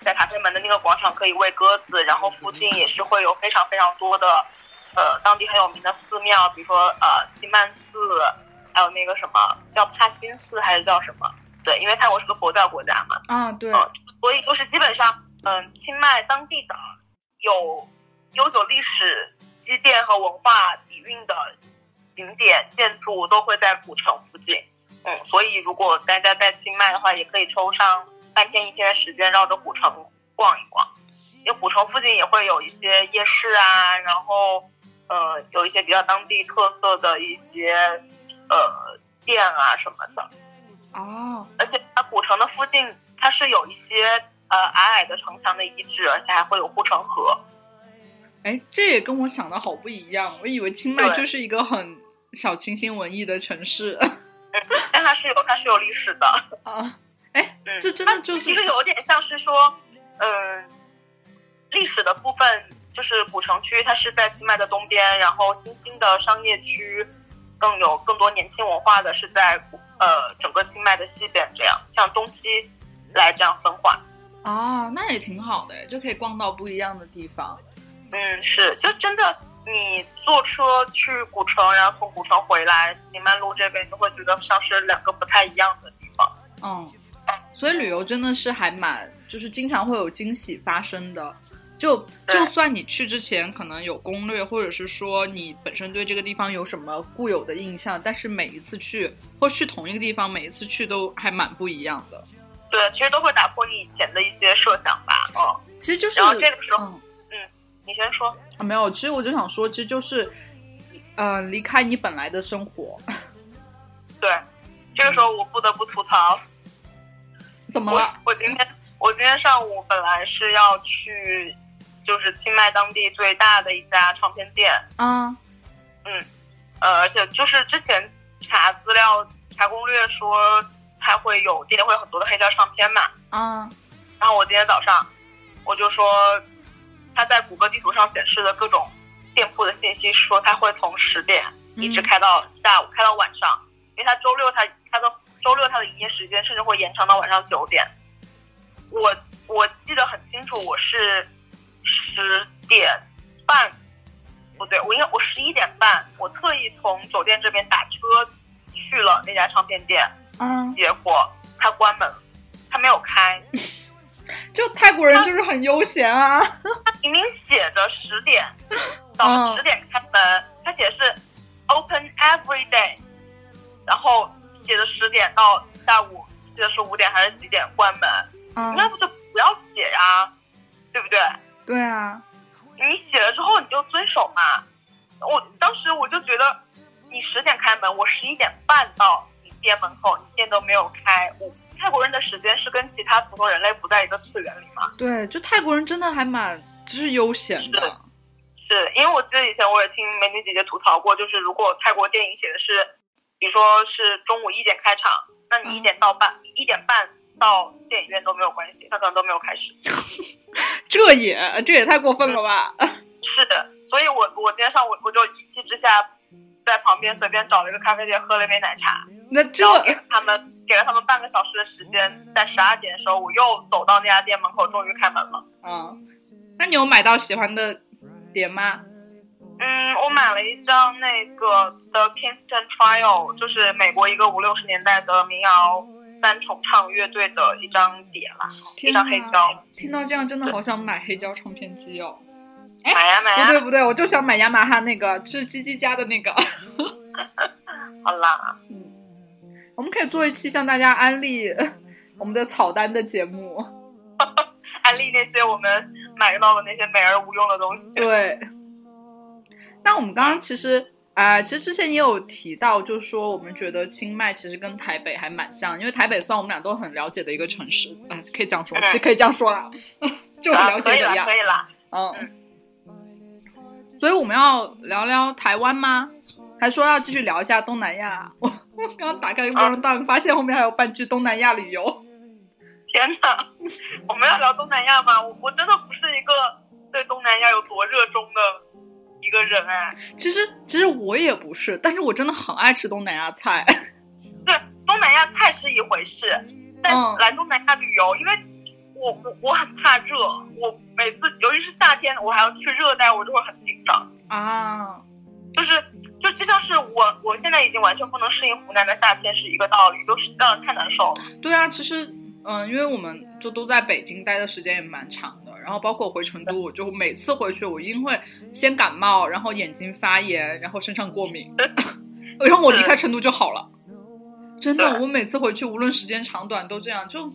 [SPEAKER 2] 在塔佩门的那个广场可以喂鸽子，然后附近也是会有非常非常多的，呃，当地很有名的寺庙，比如说呃清曼寺，还有那个什么叫帕辛寺还是叫什么？对，因为泰国是个佛教国家嘛，
[SPEAKER 1] 啊，对，
[SPEAKER 2] 嗯所以就是基本上，嗯，清迈当地的有悠久历史积淀和文化底蕴的景点建筑都会在古城附近。嗯，所以如果大家在清迈的话，也可以抽上半天一天的时间绕着古城逛一逛，因为古城附近也会有一些夜市啊，然后呃有一些比较当地特色的一些呃店啊什么的。
[SPEAKER 1] 哦，
[SPEAKER 2] 而且它古城的附近，它是有一些呃矮矮的城墙的遗址，而且还会有护城河。
[SPEAKER 1] 哎，这也跟我想的好不一样。我以为清迈
[SPEAKER 2] 对
[SPEAKER 1] 就是一个很小清新文艺的城市 [LAUGHS]
[SPEAKER 2] 但它是有它是有历史的，
[SPEAKER 1] 啊。哎，
[SPEAKER 2] 嗯，
[SPEAKER 1] 这真的就
[SPEAKER 2] 它
[SPEAKER 1] 是
[SPEAKER 2] 其实有点像是说，嗯，历史的部分就是古城区，它是在清迈的东边，然后新兴的商业区更有更多年轻文化的是在古呃整个清迈的西边，这样像东西来这样分化。
[SPEAKER 1] 啊，那也挺好的，就可以逛到不一样的地方。
[SPEAKER 2] 嗯，是，就真的，你坐车去古城，然后从古城回来，宁曼路这边，你就会觉得像是两个不太一样的地方。
[SPEAKER 1] 嗯，所以旅游真的是还蛮，就是经常会有惊喜发生的。就
[SPEAKER 2] 对
[SPEAKER 1] 就算你去之前可能有攻略，或者是说你本身对这个地方有什么固有的印象，但是每一次去或去同一个地方，每一次去都还蛮不一样的。
[SPEAKER 2] 对，其实都会打破你以前的一些设想吧。嗯，
[SPEAKER 1] 其实就是
[SPEAKER 2] 然后这个时候
[SPEAKER 1] 嗯
[SPEAKER 2] 你先说。
[SPEAKER 1] 啊没有，其实我就想说，其实就是嗯、呃离开你本来的生活，
[SPEAKER 2] 对，这个时候我不得不吐槽，
[SPEAKER 1] 怎么
[SPEAKER 2] 我
[SPEAKER 1] 了？
[SPEAKER 2] 我今天我今天上午本来是要去，就是清迈当地最大的一家唱片店，
[SPEAKER 1] 啊
[SPEAKER 2] 呃，而且就是之前查资料查攻略说，它会有店会有很多的黑胶唱片嘛。
[SPEAKER 1] 啊
[SPEAKER 2] 然后我今天早上我就说，他在谷歌地图上显示的各种店铺的信息，说他会从十点
[SPEAKER 1] 嗯
[SPEAKER 2] 一直开到下午，开到晚上，因为他周六他他的周六他的营业时间甚至会延长到晚上九点。我我记得很清楚，我是十点半，不对，我应该我十一点半，我特意从酒店这边打车去了那家唱片店，
[SPEAKER 1] 嗯，
[SPEAKER 2] 结果他关门，他没有开，
[SPEAKER 1] 就泰国人就是很悠闲啊，
[SPEAKER 2] 明明写着十
[SPEAKER 1] [LAUGHS]
[SPEAKER 2] 点到
[SPEAKER 1] 嗯
[SPEAKER 2] 十点开门，他写的是 open every day，然后写的十点到下午，记得是五点还是几点关门，
[SPEAKER 1] 嗯，
[SPEAKER 2] 那不就不要写呀、对不对？
[SPEAKER 1] 对啊，
[SPEAKER 2] 你写了之后你就遵守嘛。我当时我就觉得，你十点开门，我十一点半到你店门口，你店都没有开。我泰国人的时间是跟其他普通人类不在一个次元里嘛？
[SPEAKER 1] 对，就泰国人真的还蛮就是悠闲的，
[SPEAKER 2] 是因为我记得以前我也听美女姐姐吐槽过，就是如果泰国电影写的是，比如说是中午一点开场，那你一点到半一点半到电影院都没有关系，他可能都没有开始。
[SPEAKER 1] 这也这也太过分了吧？
[SPEAKER 2] 嗯是的，所以我我今天上午我就一气之下，在旁边随便找了一个咖啡店喝了一杯奶茶，
[SPEAKER 1] [LAUGHS] 那这
[SPEAKER 2] 然后给了他们给了他们半个小时的时间，在十二点的时候我又走到那家店门口，终于开门了。
[SPEAKER 1] 啊，那你有买到喜欢的点吗？
[SPEAKER 2] 嗯，我买了一张那个 The Kingston Trio，就是美国一个五六十年代的民谣三重唱乐队的一张碟啦，一
[SPEAKER 1] 天
[SPEAKER 2] 张
[SPEAKER 1] 呐
[SPEAKER 2] 黑胶，
[SPEAKER 1] 听到这样真的好想买黑胶唱片机哦！哎
[SPEAKER 2] 买呀买
[SPEAKER 1] 不对
[SPEAKER 2] 呀，
[SPEAKER 1] 不对，我就想买雅马哈那个，就是鸡鸡家的那个。
[SPEAKER 2] 好啦，
[SPEAKER 1] 我们可以做一期向大家安利 [LAUGHS] 我们的草单的节目。
[SPEAKER 2] 安利那些我们买到的那些美而无用的东西。
[SPEAKER 1] 对。那我们刚刚其实啊、其实之前也有提到，就是说我们觉得清迈其实跟台北还蛮像，因为台北算我们俩都很了解的一个城市，嗯、可以这样说，其实可以这样说啦， [LAUGHS] 就很
[SPEAKER 2] 啊，
[SPEAKER 1] 了解
[SPEAKER 2] 可以
[SPEAKER 1] 的
[SPEAKER 2] 啦，
[SPEAKER 1] 样
[SPEAKER 2] 可，以啦。
[SPEAKER 1] 嗯。所以我们要聊聊台湾吗？还说要继续聊一下东南亚。 [LAUGHS] 我我刚刚打开一
[SPEAKER 2] 啊
[SPEAKER 1] 个 round down，发现后面还有半句东南亚旅游。
[SPEAKER 2] 天哪， [LAUGHS] 我们要聊东南亚吗？我我真的不是一个对东南亚有多热衷的一个人哎。
[SPEAKER 1] 其实其实我也不是，但是我真的很爱吃东南亚菜。 [LAUGHS]
[SPEAKER 2] 对，东南亚菜是一回事，但
[SPEAKER 1] 嗯
[SPEAKER 2] 来东南亚旅游，因为我我我很怕热，我每次尤其是夏天，我还要去热带，我就会很紧张。
[SPEAKER 1] 啊，
[SPEAKER 2] 就是就就像是我我现在已经完全不能适应湖南的夏天是一个道理，就是让人太难受了。
[SPEAKER 1] 对啊，其实，嗯，因为我们就都在北京待的时间也蛮长的，然后包括回成都，我就每次回去，我一定会先感冒，然后眼睛发炎，然后身上过 [LAUGHS] 敏，然后我离开成都就好了。 [LAUGHS] 真的，
[SPEAKER 2] 对
[SPEAKER 1] 我每次回去，无论时间长短都这样，就，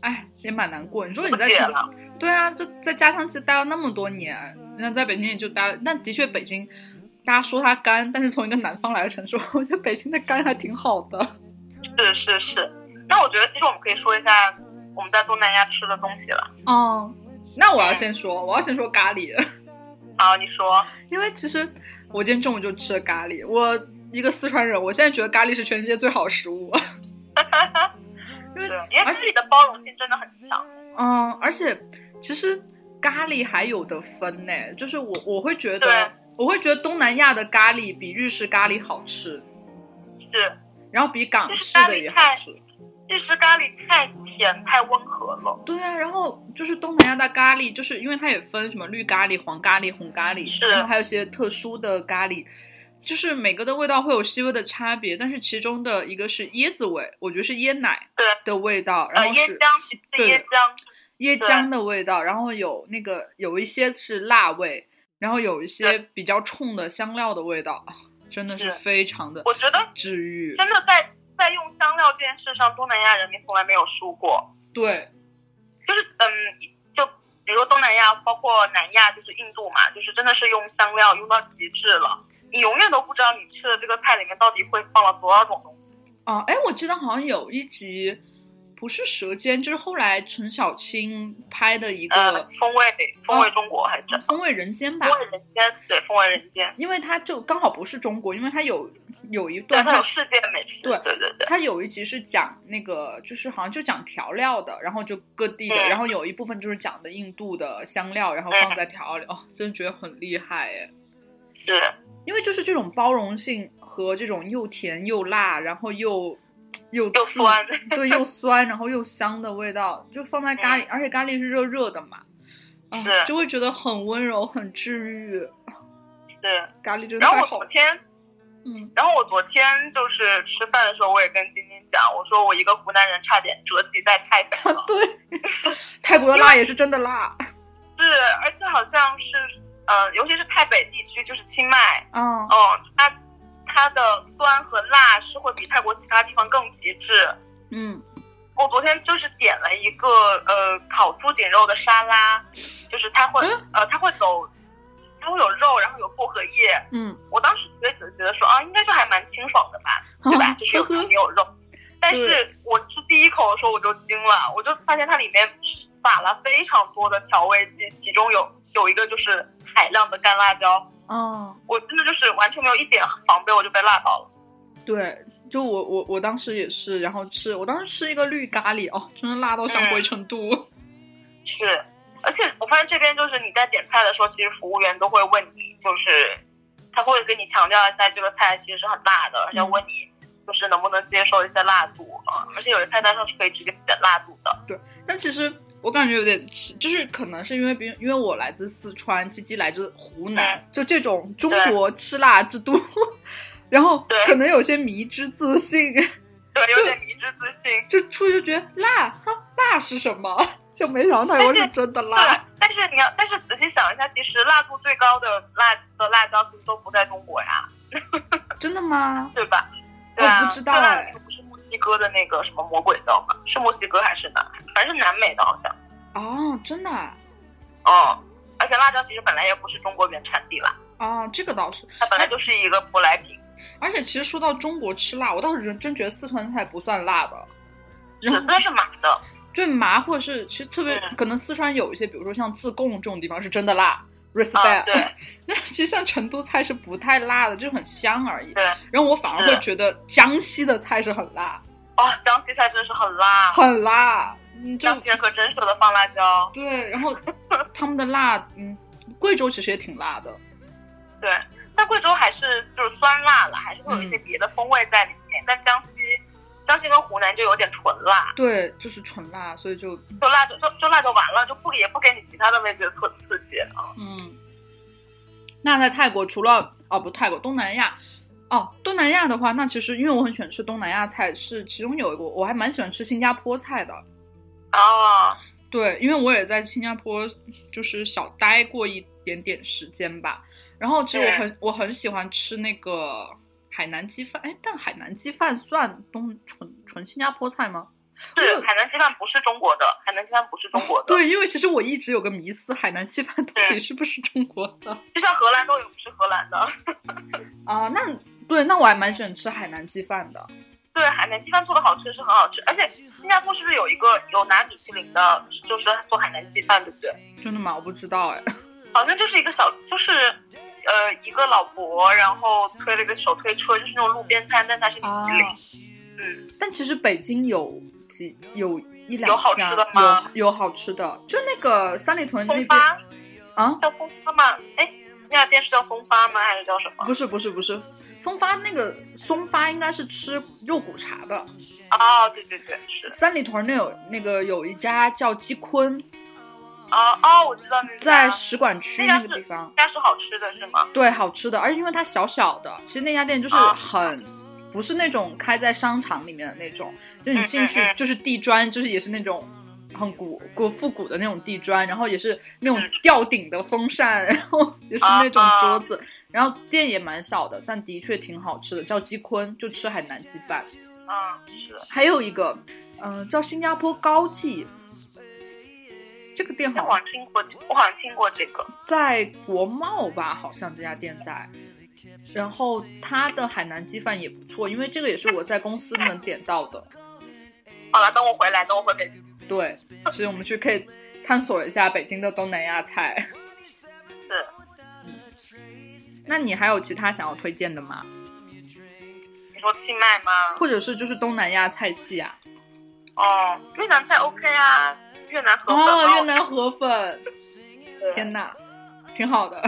[SPEAKER 1] 哎，也蛮难过。你说你
[SPEAKER 2] 不
[SPEAKER 1] 在
[SPEAKER 2] 解
[SPEAKER 1] 成
[SPEAKER 2] 了，
[SPEAKER 1] 对啊，就再加上其实待了那么多年，那在北京也就待了，但的确北京，大家说它干，但是从一个南方来的城市， [LAUGHS] 我觉得北京的干还挺好的。
[SPEAKER 2] 是是是。那我觉得其实我们可以说一下我们在东南亚吃的东西了。
[SPEAKER 1] 哦， [LAUGHS] 那我要先说，我要先说咖喱， [LAUGHS]
[SPEAKER 2] 好，你说。
[SPEAKER 1] 因为其实我今天中午就吃了咖喱。我一个四川人，我现在觉得咖喱是全世界最好的食物。 [LAUGHS] 因为
[SPEAKER 2] 对，因为咖喱的包容性真的很强。
[SPEAKER 1] 嗯，而且其实咖喱还有的分呢，就是我我会觉
[SPEAKER 2] 对
[SPEAKER 1] 得，我会觉得东南亚的咖喱比日式咖喱好吃，
[SPEAKER 2] 是
[SPEAKER 1] 然后比港
[SPEAKER 2] 日式
[SPEAKER 1] 式
[SPEAKER 2] 咖
[SPEAKER 1] 的
[SPEAKER 2] 喱
[SPEAKER 1] 也好
[SPEAKER 2] 太
[SPEAKER 1] 吃。
[SPEAKER 2] 日式咖喱太甜太温和了，
[SPEAKER 1] 对啊，然后就是东南亚的咖喱，就是因为它也分什么绿咖喱、黄咖喱、红咖喱，
[SPEAKER 2] 是
[SPEAKER 1] 然后还有一些特殊的咖喱，就是每个的味道会有细微的差别，但是其中的一个是椰子味，我觉得是椰奶
[SPEAKER 2] 对
[SPEAKER 1] 的味道，然
[SPEAKER 2] 呃，
[SPEAKER 1] 后
[SPEAKER 2] 椰
[SPEAKER 1] 是
[SPEAKER 2] 浆其实是
[SPEAKER 1] 对
[SPEAKER 2] 椰浆，
[SPEAKER 1] 椰浆的味道，然后有那个有一些是辣味，然后有一些比较冲的香料的味道，啊真的是
[SPEAKER 2] 是
[SPEAKER 1] 非常的
[SPEAKER 2] 我觉得
[SPEAKER 1] 治愈。
[SPEAKER 2] 真的在在用香料这件事上，东南亚人民从来没有输过。
[SPEAKER 1] 对，
[SPEAKER 2] 就是嗯，就比如说东南亚，包括南亚，就是印度嘛，就是真的是用香料用到极致了。你永远都不知道你吃的这个菜里面到底会放了多少种东西。
[SPEAKER 1] 啊，哎，我记得好像有一集不是《舌尖》，就是后来陈小青拍的一
[SPEAKER 2] 呃
[SPEAKER 1] 个，
[SPEAKER 2] 风味风味中国还是
[SPEAKER 1] 《风味人间》吧
[SPEAKER 2] 风，味人间？对，风味人间。
[SPEAKER 1] 因为它就刚好不是中国，因为它有有一
[SPEAKER 2] 对，
[SPEAKER 1] 段
[SPEAKER 2] 它
[SPEAKER 1] 它
[SPEAKER 2] 有世界美食。
[SPEAKER 1] 对
[SPEAKER 2] 对对对。
[SPEAKER 1] 它有一集是讲那个，就是好像就讲调料的，然后就各地的，
[SPEAKER 2] 嗯
[SPEAKER 1] 然后有一部分就是讲的印度的香料，然后放在调料里，哦，真的觉得很厉害哎。
[SPEAKER 2] 是
[SPEAKER 1] 因为就是这种包容性和这种又甜又辣，然后又又
[SPEAKER 2] 又
[SPEAKER 1] 刺
[SPEAKER 2] 酸，
[SPEAKER 1] 对，又酸，然后又香的味道，就放在咖喱，而且咖喱是热热的嘛，啊，
[SPEAKER 2] 嗯是
[SPEAKER 1] 就会觉得很温柔，很治愈。
[SPEAKER 2] 是。
[SPEAKER 1] 咖喱真的
[SPEAKER 2] 然后
[SPEAKER 1] 太
[SPEAKER 2] 我
[SPEAKER 1] 好
[SPEAKER 2] 昨
[SPEAKER 1] 了，
[SPEAKER 2] 天 [LAUGHS]
[SPEAKER 1] 嗯，。
[SPEAKER 2] 然后我昨天就是吃饭的时候，我也跟晶晶讲，我说我一个湖南人差点折戟在太北了
[SPEAKER 1] 啊对，
[SPEAKER 2] [LAUGHS]
[SPEAKER 1] 泰国的辣也是真的辣，
[SPEAKER 2] 是，而且好像是，呃，尤其是太北地区，就是清迈，
[SPEAKER 1] 嗯，
[SPEAKER 2] 哦，它它的酸和辣是会比泰国其他地方更极致。
[SPEAKER 1] 嗯，
[SPEAKER 2] 我昨天就是点了一个呃烤猪颈肉的沙拉，就是它会呃它会走，它会有肉，然后有薄荷叶。
[SPEAKER 1] 嗯，
[SPEAKER 2] 我当时觉得觉得说啊，应该就还蛮清爽的吧，对吧？就是有
[SPEAKER 1] 啊呵呵
[SPEAKER 2] 没有肉。但是我吃第一口的时候我就惊了，我就发现它里面撒了非常多的调味剂，其中有有一个就是海量的干辣椒，
[SPEAKER 1] 哦，
[SPEAKER 2] 我真的就是完全没有一点防备，我就被辣到了。
[SPEAKER 1] 对，就我我我当时也是，然后吃，我当时吃一个绿咖喱，哦，真的辣到想
[SPEAKER 2] 嗯
[SPEAKER 1] 回成都。
[SPEAKER 2] 是，而且我发现这边就是你在点菜的时候，其实服务员都会问你，就是他会跟你强调一下这个菜其实是很辣的，而
[SPEAKER 1] 嗯
[SPEAKER 2] 且问你就是能不能接受一些辣度啊、而且有的菜单上是可以直接选辣度的。
[SPEAKER 1] 但其实我感觉有点吃，就是可能是因为别人，因为我来自四川，鸡鸡来自湖南，
[SPEAKER 2] 嗯
[SPEAKER 1] 就这种中国吃辣之都， [LAUGHS] 然后
[SPEAKER 2] 对
[SPEAKER 1] 可能有些迷之自信，
[SPEAKER 2] 对，
[SPEAKER 1] 就
[SPEAKER 2] 有点迷之自信。
[SPEAKER 1] 就出去就觉得辣，哈，辣是什么？ [LAUGHS] 就没想到泰国是真的
[SPEAKER 2] 哎对
[SPEAKER 1] 辣。，
[SPEAKER 2] 但是你要，但是仔细想一下，其实辣度最高的辣的辣椒其实都不在中国呀，
[SPEAKER 1] 真的吗？
[SPEAKER 2] 对吧？对啊，
[SPEAKER 1] 我不知道
[SPEAKER 2] 最辣的
[SPEAKER 1] 哎
[SPEAKER 2] 那个不是墨西哥的那个什么魔鬼椒吗？是墨西哥还是南？反正是南美的，好像。
[SPEAKER 1] 哦，真的啊，
[SPEAKER 2] 哦，而且辣椒其实本来也不是中国原产地啦，
[SPEAKER 1] 哦，这个倒是。
[SPEAKER 2] 它本来就是一个舶来品，
[SPEAKER 1] 而且其实说到中国吃辣，我倒是真觉得四川菜不算辣的。嗯
[SPEAKER 2] 是虽然是麻的，
[SPEAKER 1] 对麻或者是其实特别
[SPEAKER 2] 嗯
[SPEAKER 1] 可能四川有一些，比如说像自贡这种地方是真的辣
[SPEAKER 2] 啊，
[SPEAKER 1] ，respect。
[SPEAKER 2] 对
[SPEAKER 1] 那其实像成都菜是不太辣的，就很香而已。
[SPEAKER 2] 对，
[SPEAKER 1] 然后我反而会
[SPEAKER 2] 是
[SPEAKER 1] 觉得江西的菜是很辣，
[SPEAKER 2] 哦，江西菜真的是很辣，
[SPEAKER 1] 很辣。嗯，就
[SPEAKER 2] 江西人可真舍得放辣椒，
[SPEAKER 1] 对，然后他们的辣，嗯，贵州其实也挺辣的。
[SPEAKER 2] 对，但贵州还是就是酸辣了，还是会有一些别的风味在里面，但江西。江西跟湖南就有点纯辣，
[SPEAKER 1] 对，就是纯辣，所以就
[SPEAKER 2] 就辣就就就辣就完了，就不也不给你其他的味觉刺刺激啊。
[SPEAKER 1] 嗯。那在泰国除了哦不泰国东南亚，哦东南亚的话，那其实因为我很喜欢吃东南亚菜，是其中有一个我还蛮喜欢吃新加坡菜的。
[SPEAKER 2] 哦，
[SPEAKER 1] 对，因为我也在新加坡就是小待过一点点时间吧。然后其实我很我很喜欢吃那个海南鸡饭，哎，但海南鸡饭算东纯纯新加坡菜吗？
[SPEAKER 2] 是海南鸡饭不是中国的，海南鸡饭不是中国的，
[SPEAKER 1] 对，因为其实我一直有个迷思，海南鸡饭到底是不是中国的
[SPEAKER 2] 就像荷兰豆也不是荷兰的。
[SPEAKER 1] 啊？那对，那我还蛮喜欢吃海南鸡饭的。
[SPEAKER 2] 对，海南鸡饭做的好吃是很好吃，而且新加坡是不是有一个有拿米其林的，就是做海南鸡饭，对不对？
[SPEAKER 1] 真的吗？我不知道哎。
[SPEAKER 2] 好像就是一个小，就是呃一个老伯，然后推了一个手推车，就是那种路边摊，但它是米其林。
[SPEAKER 1] 哦
[SPEAKER 2] 嗯，
[SPEAKER 1] 但其实北京有几有一两家
[SPEAKER 2] 有好吃的吗
[SPEAKER 1] 有有好吃的，就那个三里屯那
[SPEAKER 2] 松
[SPEAKER 1] 边
[SPEAKER 2] 发
[SPEAKER 1] 啊，
[SPEAKER 2] 叫松发吗？哎，那家店是叫松发吗？还是叫什么？
[SPEAKER 1] 不是不是不是，蜂发那个松发应该是吃肉骨茶的。
[SPEAKER 2] 哦，对对对，是。
[SPEAKER 1] 三里屯那有那个有一家叫鸡坤，
[SPEAKER 2] 哦哦，我知道那家
[SPEAKER 1] 在。使馆区
[SPEAKER 2] 那
[SPEAKER 1] 那
[SPEAKER 2] 家
[SPEAKER 1] 个地方
[SPEAKER 2] 那，家是好吃的是吗？
[SPEAKER 1] 对，好吃的，而且因为它小小的，其实那家店就是
[SPEAKER 2] 啊
[SPEAKER 1] 很。不是那种开在商场里面的那种，就你进去
[SPEAKER 2] 嗯嗯嗯
[SPEAKER 1] 就是地砖，就是也是那种很古古复古的那种地砖，然后也是那种
[SPEAKER 2] 嗯
[SPEAKER 1] 吊顶的风扇， [LAUGHS] 然后也是那种
[SPEAKER 2] 啊
[SPEAKER 1] 桌子，然后店也蛮小的，但的确挺好吃的，叫鸡坤，就吃海南鸡饭。
[SPEAKER 2] 嗯，是。
[SPEAKER 1] 还有一个，嗯、叫新加坡高记，这个店
[SPEAKER 2] 那我
[SPEAKER 1] 好
[SPEAKER 2] 好
[SPEAKER 1] 像
[SPEAKER 2] 像听过，我好像听过这个。
[SPEAKER 1] 在国贸吧，好像这家店在。然后它的海南鸡饭也不错，因为这个也是我在公司能点到的。
[SPEAKER 2] 好了，等我回来，等我回北京。
[SPEAKER 1] 对，其实我们去可以探索一下北京的东南亚菜。
[SPEAKER 2] 是。
[SPEAKER 1] 那你还有其他想要推荐的吗？
[SPEAKER 2] 你说清迈吗？
[SPEAKER 1] 或者是就是东南亚菜系啊？
[SPEAKER 2] 哦，越南菜 OK 啊，越南河粉
[SPEAKER 1] 哦，
[SPEAKER 2] 嘛
[SPEAKER 1] 越南河粉，
[SPEAKER 2] 对
[SPEAKER 1] 天呐，挺好的。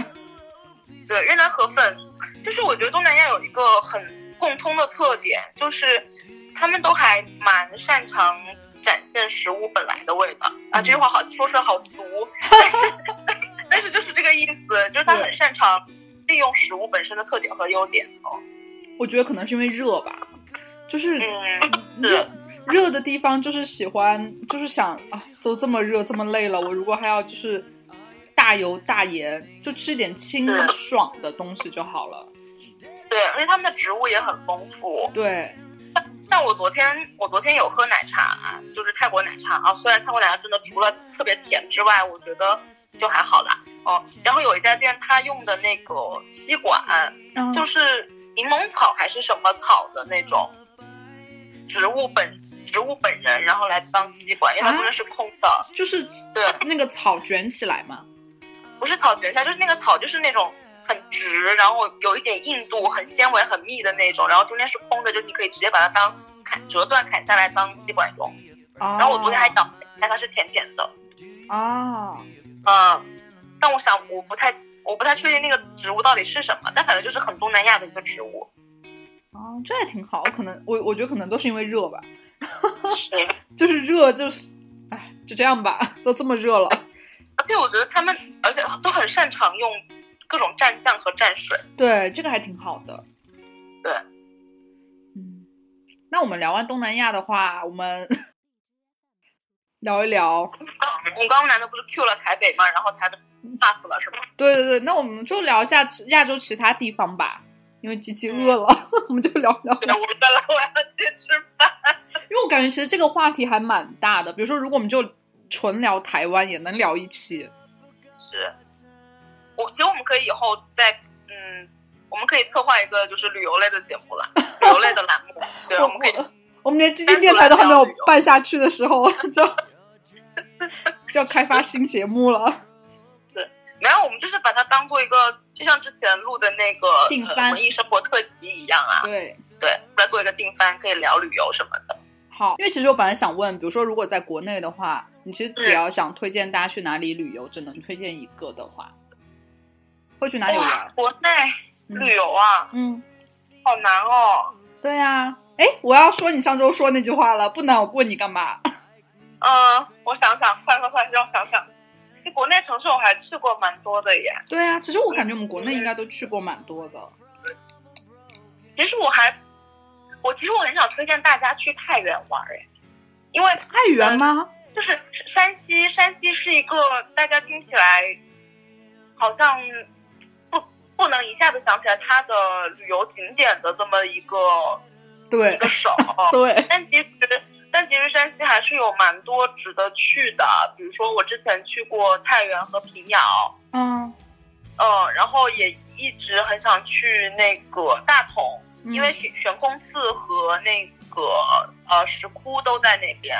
[SPEAKER 2] 对越南河粉，就是我觉得东南亚有一个很共通的特点，就是他们都还蛮擅长展现食物本来的味道啊。这句话好说出来好俗，但是但是就是这个意思，就是他很擅长利用食物本身的特点和优点哦。
[SPEAKER 1] 我觉得可能是因为热吧，就是
[SPEAKER 2] 嗯，
[SPEAKER 1] 热
[SPEAKER 2] 是
[SPEAKER 1] 热的地方就是喜欢，就是想啊，都这么热这么累了，我如果还要就是大油大盐，就吃点清
[SPEAKER 2] 对啊
[SPEAKER 1] 爽的东西就好了。
[SPEAKER 2] 对，而且他们的植物也很丰富。
[SPEAKER 1] 对，
[SPEAKER 2] 但我昨天我昨天有喝奶茶，就是泰国奶茶啊。虽然泰国奶茶真的除了特别甜之外，我觉得就还好啦。哦，然后有一家店，它用的那个吸管
[SPEAKER 1] 嗯
[SPEAKER 2] 就是柠檬草还是什么草的那种植物本植物本人，然后来当吸管，因为它
[SPEAKER 1] 啊
[SPEAKER 2] 不是是空的，
[SPEAKER 1] 就是
[SPEAKER 2] 对，
[SPEAKER 1] 那个草卷起来嘛。
[SPEAKER 2] 不是草卷起来，就是那个草就是那种很直，然后有一点硬度，很纤维很密的那种，然后中间是空的，就是你可以直接把它当砍折断砍下来当吸管用。
[SPEAKER 1] 啊、
[SPEAKER 2] 然后我昨天还咬，但它是甜甜的，
[SPEAKER 1] 啊，
[SPEAKER 2] 嗯，但我想我不太我不太确定那个植物到底是什么，但反正就是很东南亚的一个植 [LAUGHS] 物。
[SPEAKER 1] 哦，这还挺好。可能我我觉得可能都是因为热吧，
[SPEAKER 2] 是，
[SPEAKER 1] 就是热就是，哎，就这样吧，都这么热了。
[SPEAKER 2] 而且我觉得他们，而且都很擅长用各种蘸酱和蘸水。
[SPEAKER 1] 对，这个还挺好的。
[SPEAKER 2] 对，
[SPEAKER 1] 嗯，那我们聊完东南亚的话，我
[SPEAKER 2] [LAUGHS]
[SPEAKER 1] 们聊一聊。
[SPEAKER 2] 啊我们刚刚难道不是 Q 了台北吗？然后台北 pass 了是吗？
[SPEAKER 1] 对对对，那我们就聊一下其亚洲其他地方吧，因为吉吉饿了， [LAUGHS] 我们就聊聊。
[SPEAKER 2] 嗯对，我饿了，我要去吃饭。
[SPEAKER 1] 因为我感觉其实这个话题还蛮大的，比如说如果我们就纯聊台湾，也能聊一期。
[SPEAKER 2] 是，我其实我们可以以后再嗯，我们可以策划一个就是旅游类的节目了，旅游类的栏目。对， [LAUGHS] 我们可以
[SPEAKER 1] 我我们连基金电台都还没有办下去的时候， [LAUGHS] 就就要开发新节目了。 [LAUGHS]
[SPEAKER 2] 没有，我们就是把它当做一个，就像之前录的那个
[SPEAKER 1] 定番
[SPEAKER 2] 呃、文艺生活特辑一样啊。
[SPEAKER 1] 对，
[SPEAKER 2] 对，来做一个定番，可以聊旅游什么的。
[SPEAKER 1] 好，因为其实我本来想问，比如说如果在国内的话，你其实比较想推荐大家去哪里旅游，只能推荐一个的话，会去哪里
[SPEAKER 2] 哇
[SPEAKER 1] 玩？，
[SPEAKER 2] 国内旅游啊，
[SPEAKER 1] 嗯，
[SPEAKER 2] 好难哦。
[SPEAKER 1] 对啊，哎，我要说你上周说那句话了，不难，我问你干嘛？ [LAUGHS]
[SPEAKER 2] 嗯，我想想，快快快，让我想想。这国内城市我还去过蛮多的耶。
[SPEAKER 1] 对啊，其实我感觉我们国内应该都去过蛮多的。
[SPEAKER 2] 其实我还，我其实我很想推荐大家去太原玩儿哎，因为
[SPEAKER 1] 太原吗？
[SPEAKER 2] 就是山西，山西是一个大家听起来好像不不能一下子想起来它的旅游景点的这么一个一
[SPEAKER 1] 对
[SPEAKER 2] 个省，
[SPEAKER 1] [LAUGHS] 对，
[SPEAKER 2] 但其实，但其实山西还是有蛮多值得去的，比如说我之前去过太原和平遥，
[SPEAKER 1] 嗯，
[SPEAKER 2] 嗯，然后也一直很想去那个大同，
[SPEAKER 1] 嗯
[SPEAKER 2] [LAUGHS] 因为悬悬空寺和那个呃石窟都在那边。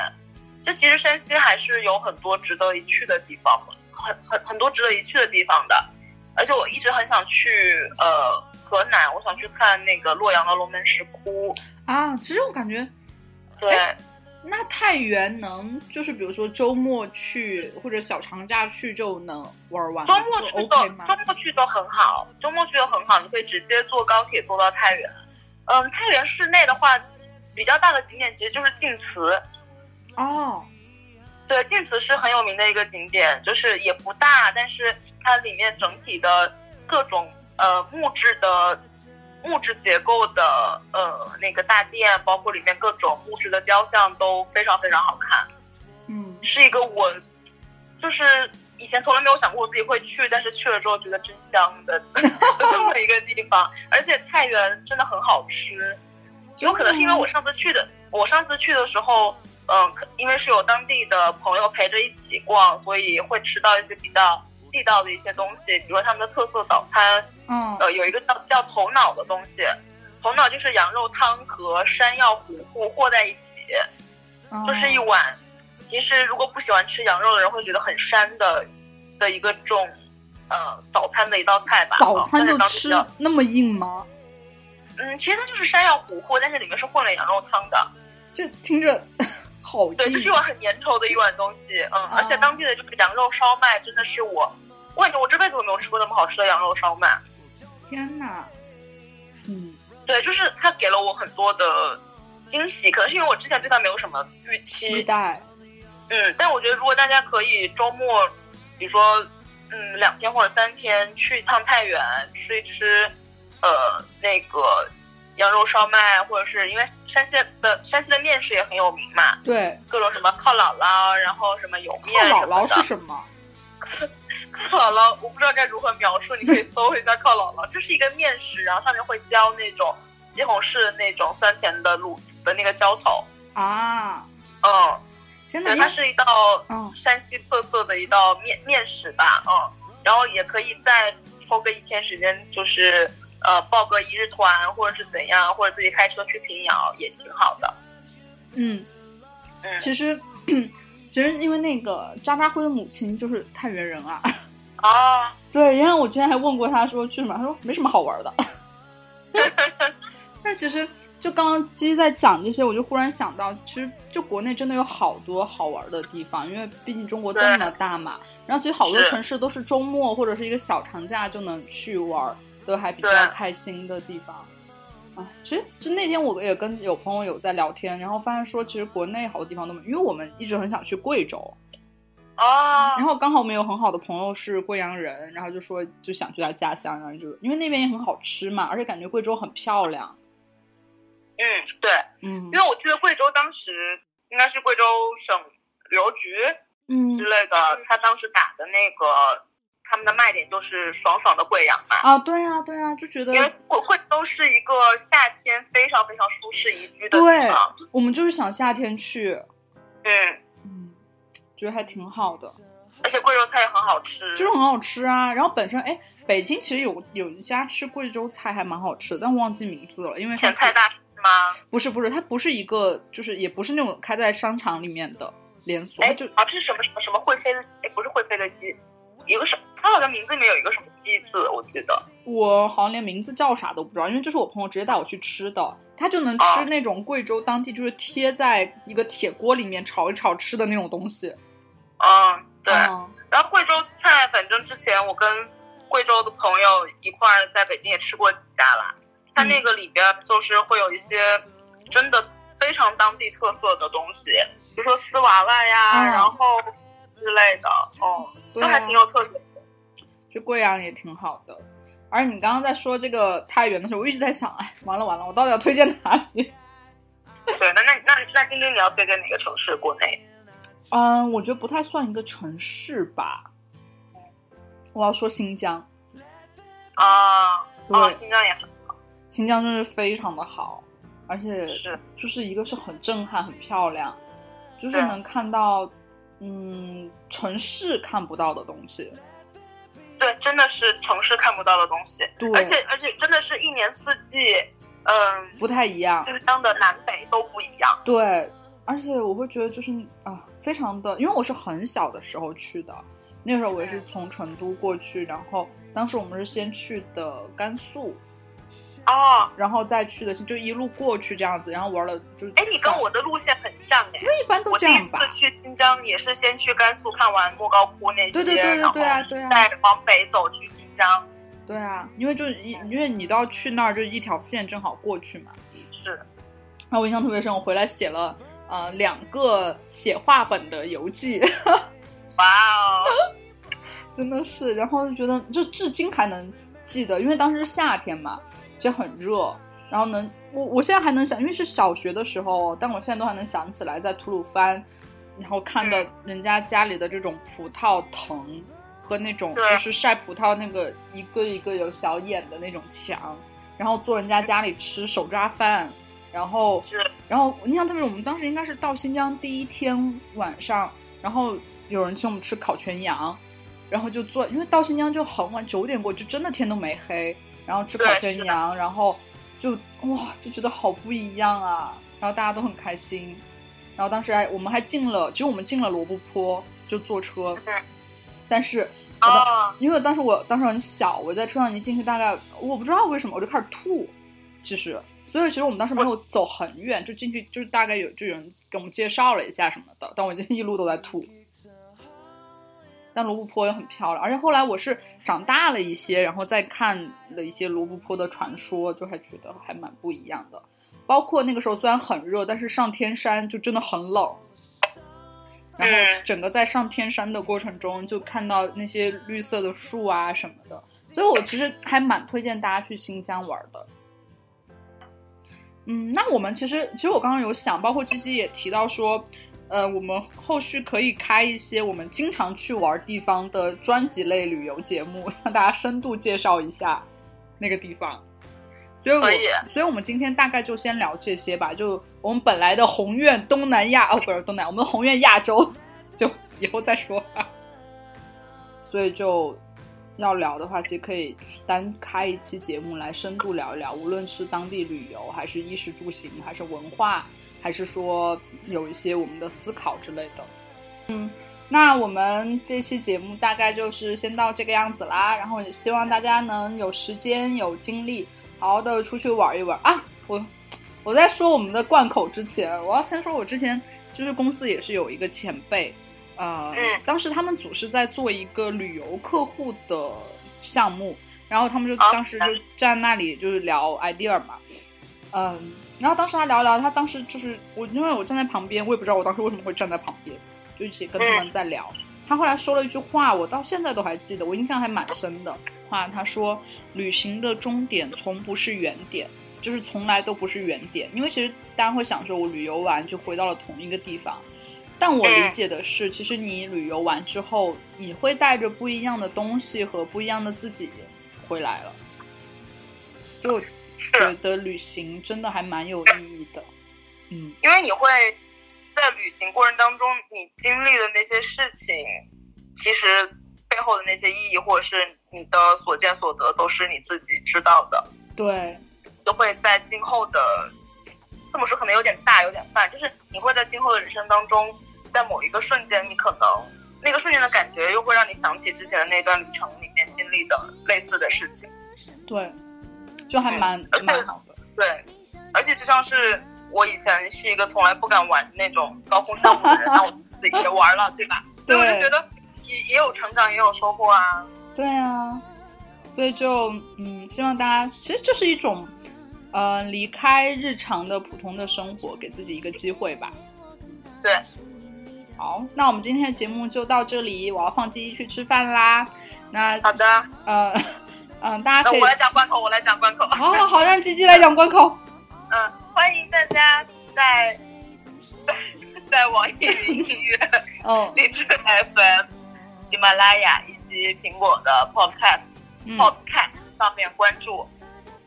[SPEAKER 2] 就其实山西还是有很多值得一去的地方嘛，很很很多值得一去的地方的。而且我一直很想去呃河南，我想去看那个洛阳的龙门石窟。
[SPEAKER 1] 啊，其实我感觉
[SPEAKER 2] 对，
[SPEAKER 1] 哎那太原能就是比如说周末去或者小长假去就能玩完吗，
[SPEAKER 2] 周末去
[SPEAKER 1] 就
[SPEAKER 2] 都、
[SPEAKER 1] OK 吗？
[SPEAKER 2] 周末去都很好，周末去都很好，你可以直接坐高铁坐到太原。嗯，太原市内的话，比较大的景点其实就是晋祠。
[SPEAKER 1] 哦，
[SPEAKER 2] 对，晋祠是很有名的一个景点，就是也不大，但是它里面整体的各种呃木质的木质结构的呃那个大殿，包括里面各种木质的雕像都非常非常好看。
[SPEAKER 1] 嗯，
[SPEAKER 2] 是一个我就是以前从来没有想过我自己会去，但是去了之后觉得真香的这么一个地方，而且太原真的很好吃，有可能是因为我上次去的，我上次去的时候。嗯，可因为是有当地的朋友陪着一起逛，所以会吃到一些比较地道的一些东西，比如说他们的特色早餐，
[SPEAKER 1] 嗯
[SPEAKER 2] 呃，有一个叫叫头脑的东西，头脑就是羊肉汤和山药糊糊和在一起，
[SPEAKER 1] 嗯
[SPEAKER 2] 就是一碗，其实如果不喜欢吃羊肉的人会觉得很膻的的一个这种呃早餐的一道菜吧。嗯哦
[SPEAKER 1] 早餐
[SPEAKER 2] 但
[SPEAKER 1] 就是
[SPEAKER 2] 当时
[SPEAKER 1] 吃
[SPEAKER 2] 的
[SPEAKER 1] 那么硬吗？
[SPEAKER 2] 嗯，其实它就是山药糊糊，但是里面是混了羊肉汤的。
[SPEAKER 1] 这听着好硬。
[SPEAKER 2] 对，这是一碗很粘稠的一碗东西，嗯，
[SPEAKER 1] 哦
[SPEAKER 2] 而且当地的就是羊肉烧麦真的是我，我感觉我这辈子都没有吃过那么好吃的羊肉烧麦。
[SPEAKER 1] 天哪！嗯，
[SPEAKER 2] 对，就是它给了我很多的惊喜，可能是因为我之前对它没有什么预
[SPEAKER 1] 期
[SPEAKER 2] 期。
[SPEAKER 1] 待，
[SPEAKER 2] 嗯，但我觉得如果大家可以周末，比如说嗯两天或者三天去一趟太原吃一吃，呃那个羊肉烧麦，或者是因为山西的山西的面食也很有名嘛，
[SPEAKER 1] 对，
[SPEAKER 2] 各种什么靠姥姥，然后什么油
[SPEAKER 1] 嗯靠
[SPEAKER 2] 面什么
[SPEAKER 1] 姥
[SPEAKER 2] 的。
[SPEAKER 1] 姥是什么？
[SPEAKER 2] 靠姥姥，我不知道该如何描述，你可以搜一下靠姥姥。这是一个面食，然后上面会浇那种西红柿那种酸甜的卤的那个浇头。
[SPEAKER 1] 啊，哎
[SPEAKER 2] 嗯，
[SPEAKER 1] 真的
[SPEAKER 2] 对，，它是一道
[SPEAKER 1] 嗯，
[SPEAKER 2] 山西特色的一道面面食吧。嗯，然后也可以再抽个一天时间，就是呃报个一日团，或者是怎样，或者自己开车去平遥也挺好的。
[SPEAKER 1] 嗯，
[SPEAKER 2] 嗯，
[SPEAKER 1] 其实 [CLEARS THROAT] 其实因为那个渣渣辉的母亲就是太原人啊，
[SPEAKER 2] 哦，
[SPEAKER 1] 对，然后我之前还问过他说去什么，他说没什么好玩的。 [LAUGHS] 但其实就刚刚鸡在讲这些，我就忽然想到，其实就国内真的有好多好玩的地方，因为毕竟中国这么大嘛。然后其实好多
[SPEAKER 2] 是
[SPEAKER 1] 城市都是周末或者是一个小长假就能去玩，都还比较
[SPEAKER 2] 对
[SPEAKER 1] 开心的地方。哎，其实就那天我也跟有朋友有在聊天，然后发现说，其实国内好多地方都没有，因为我们一直很想去贵州，然
[SPEAKER 2] 哦，
[SPEAKER 1] 后刚好我们有很好的朋友是贵阳人，然后就说就想去他家乡，然后就因为那边也很好吃嘛，而且感觉贵州很漂亮。
[SPEAKER 2] 嗯，对，
[SPEAKER 1] 嗯
[SPEAKER 2] 因为我记得贵州当时应该是贵州省旅游局
[SPEAKER 1] 嗯
[SPEAKER 2] 之类的，他当时打的那个他们的卖点就是爽爽的贵阳嘛。
[SPEAKER 1] 啊，对啊对啊，就觉得
[SPEAKER 2] 因为贵贵州是一个夏天非常非常舒适宜居的
[SPEAKER 1] 对
[SPEAKER 2] 地方，
[SPEAKER 1] 我们就是想夏天去，
[SPEAKER 2] 嗯，
[SPEAKER 1] 嗯，觉得还挺好的，
[SPEAKER 2] 而且贵州菜也很好吃，
[SPEAKER 1] 就是很好吃啊。然后本身哎，北京其实有有一家吃贵州菜还蛮好吃的，但我忘记名字了，因为它
[SPEAKER 2] 前菜大师吗？
[SPEAKER 1] 不是不是，它不是一个就是也不是那种开在商场里面的连锁，它
[SPEAKER 2] 哎
[SPEAKER 1] 就，
[SPEAKER 2] 啊，这是什么什么什么会飞的？哎，不是会飞的鸡，有个什，它好像名字里面有一个什么鸡字，我记得。
[SPEAKER 1] 我好像连名字叫啥都不知道，因为这是我朋友直接带我去吃的，他就能吃
[SPEAKER 2] 哦
[SPEAKER 1] 那种贵州当地就是贴在一个铁锅里面炒一炒吃的那种东西。
[SPEAKER 2] 嗯，对。
[SPEAKER 1] 嗯
[SPEAKER 2] 然后贵州菜，反正之前我跟贵州的朋友一块儿在北京也吃过几家啦。它
[SPEAKER 1] 嗯
[SPEAKER 2] 那个里边儿就是会有一些真的非常当地特色的东西，比如说丝娃娃呀，
[SPEAKER 1] 嗯
[SPEAKER 2] 然后之类的，哦，
[SPEAKER 1] 对
[SPEAKER 2] 都
[SPEAKER 1] 啊
[SPEAKER 2] 还挺有特点。
[SPEAKER 1] 就贵阳也挺好的。而你刚刚在说这个太原的时候，我一直在想，哎，完了完了，我到底要推荐哪里？
[SPEAKER 2] 对，那那那那今天你要推荐哪个城市？国内？
[SPEAKER 1] 嗯，我觉得不太算一个城市吧。我要说新疆，
[SPEAKER 2] 啊啊，
[SPEAKER 1] 对
[SPEAKER 2] 新疆也很
[SPEAKER 1] 新疆真是非常的好，而且
[SPEAKER 2] 是，
[SPEAKER 1] 就是一个是很震撼、很漂亮，就是
[SPEAKER 2] 对
[SPEAKER 1] 能看到嗯城市看不到的东西。
[SPEAKER 2] 对，真的是城市看不到的东西，
[SPEAKER 1] 对
[SPEAKER 2] 而且而且真的是一年四季，嗯，
[SPEAKER 1] 不太一样。
[SPEAKER 2] 新疆的南北都不一样。
[SPEAKER 1] 对，而且我会觉得就是啊，非常的，因为我是很小的时候去的，那时候我
[SPEAKER 2] 嗯
[SPEAKER 1] 也是从成都过去，然后当时我们是先去的甘肃，
[SPEAKER 2] 哦，
[SPEAKER 1] 然后再去的就一路过去这样子，然后玩了就
[SPEAKER 2] 哎，你跟我的路线很像哎。
[SPEAKER 1] 一般都
[SPEAKER 2] 我
[SPEAKER 1] 啊这
[SPEAKER 2] 第一
[SPEAKER 1] 样
[SPEAKER 2] 次
[SPEAKER 1] 吧。
[SPEAKER 2] 去新疆也是先去甘肃看完莫高窟那些，
[SPEAKER 1] 对对对对对啊
[SPEAKER 2] 然后
[SPEAKER 1] 对啊
[SPEAKER 2] 再往北走去新疆。
[SPEAKER 1] 对啊，因为就是一因为你到去那儿就一条线正好过去嘛。
[SPEAKER 2] 是，
[SPEAKER 1] 然后我印象特别深，我回来写了呃两个写画本的游记， [LAUGHS]
[SPEAKER 2] 哇哦，
[SPEAKER 1] 真的是，然后就觉得就至今还能记得，因为当时是夏天嘛，其实很热，然后能我我现在还能想，因为是小学的时候，但我现在都还能想起来在吐鲁番，然后看到人家家里的这种葡萄藤和那种就
[SPEAKER 2] 对
[SPEAKER 1] 是晒葡萄那个一个一个有小眼的那种墙，然后做人家家里吃手抓饭，然后
[SPEAKER 2] 是
[SPEAKER 1] 然后我印象特别深，我们当时应该是到新疆第一天晚上，然后有人请我们吃烤全羊，然后就做，因为到新疆就很晚，九点过就真的天都没黑，然后吃烤
[SPEAKER 2] 对
[SPEAKER 1] 全
[SPEAKER 2] 是的
[SPEAKER 1] 羊，然后就哇就觉得好不一样啊，然后大家都很开心，然后当时还我们还进了，其实我们进了罗布泊就坐车
[SPEAKER 2] 嗯，
[SPEAKER 1] 但是我当
[SPEAKER 2] 哦，
[SPEAKER 1] 因为当时我当时很小，我在车上一进去，大概我不知道为什么我就开始吐，其实，所以其实我们当时没有走很远，就进去就是大概有就有人给我们介绍了一下什么的，但我就一路都在吐。但罗布泊也很漂亮。而且后来我是长大了一些，然后再看了一些罗布泊的传说，就还觉得还蛮不一样的。包括那个时候虽然很热，但是上天山就真的很冷。然后整个在上天山的过程中，就看到那些绿色的树啊什么的，所以我其实还蛮推荐大家去新疆玩的。嗯，那我们其实其实我刚刚有想，包括这期也提到说，呃，我们后续可以开一些我们经常去玩地方的专辑类旅游节目， [LAUGHS] 向大家深度介绍一下那个地方。所以我，
[SPEAKER 2] 可以
[SPEAKER 1] 所以我们今天大概就先聊这些吧。就我们本来的宏愿东南亚，哦，不是东南亚，我们宏愿亚洲，就以后再说吧。所以就要聊的话，其实可以单开一期节目来深度聊一聊，无论是当地旅游，还是衣食住行，还是文化，还是说有一些我们的思考之类的。嗯，那我们这期节目大概就是先到这个样子啦。然后也希望大家能有时间、有精力，好好的出去玩一玩啊！我我在说我们的贯口之前，我要先说，我之前就是公司也是有一个前辈，呃
[SPEAKER 2] 嗯，
[SPEAKER 1] 当时他们组是在做一个旅游客户的项目，然后他们就
[SPEAKER 2] 啊
[SPEAKER 1] 当时就站那里就是聊 idea 嘛，嗯，然后当时他聊聊，他当时就是我，因为我站在旁边，我也不知道我当时为什么会站在旁边，就一起跟他们在聊。他后来说了一句话，我到现在都还记得，我印象还蛮深的话。他说：“旅行的终点从不是原点，就是从来都不是原点。因为其实大家会想说，我旅游完就回到了同一个地方，但我
[SPEAKER 2] 嗯
[SPEAKER 1] 理解的是，其实你旅游完之后，你会带着不一样的东西和不一样的自己回来了。就我觉得旅行真的还蛮有意义的，嗯。”
[SPEAKER 2] 因为你会在旅行过程当中，你经历的那些事情，其实背后的那些意义，或者是你的所见所得，都是你自己知道的，
[SPEAKER 1] 对，
[SPEAKER 2] 都会在今后的这么说可能有点大，有点泛，就是你会在今后的人生当中，在某一个瞬间，你可能那个瞬间的感觉，又会让你想起之前的那段旅程里面经历的类似的事情。
[SPEAKER 1] 对，就还蛮
[SPEAKER 2] 嗯而且
[SPEAKER 1] 蛮好的。
[SPEAKER 2] 对，而且就像是我以前是一个从来不敢玩那种高空项目的人，那我自己也玩了，对吧？所以我就觉得也也有成长，也有收获啊。
[SPEAKER 1] 对啊，所以就嗯，希望大家其实就是一种，呃，离开日常的普通的生活，给自己一个机会吧。
[SPEAKER 2] 对，
[SPEAKER 1] 好，那我们今天的节目就到这里，我要放鸡去吃饭啦。那
[SPEAKER 2] 好的，
[SPEAKER 1] 呃嗯、大家
[SPEAKER 2] 那
[SPEAKER 1] 可以
[SPEAKER 2] 我来讲关口，我来讲关口。
[SPEAKER 1] 好好好，让鸡鸡来讲关口。
[SPEAKER 2] 嗯，欢迎大家在在网易云音乐、
[SPEAKER 1] 嗯
[SPEAKER 2] 荔枝 FM、喜马拉雅以及苹果的 Podcast。
[SPEAKER 1] 嗯，
[SPEAKER 2] Podcast 哦上面关注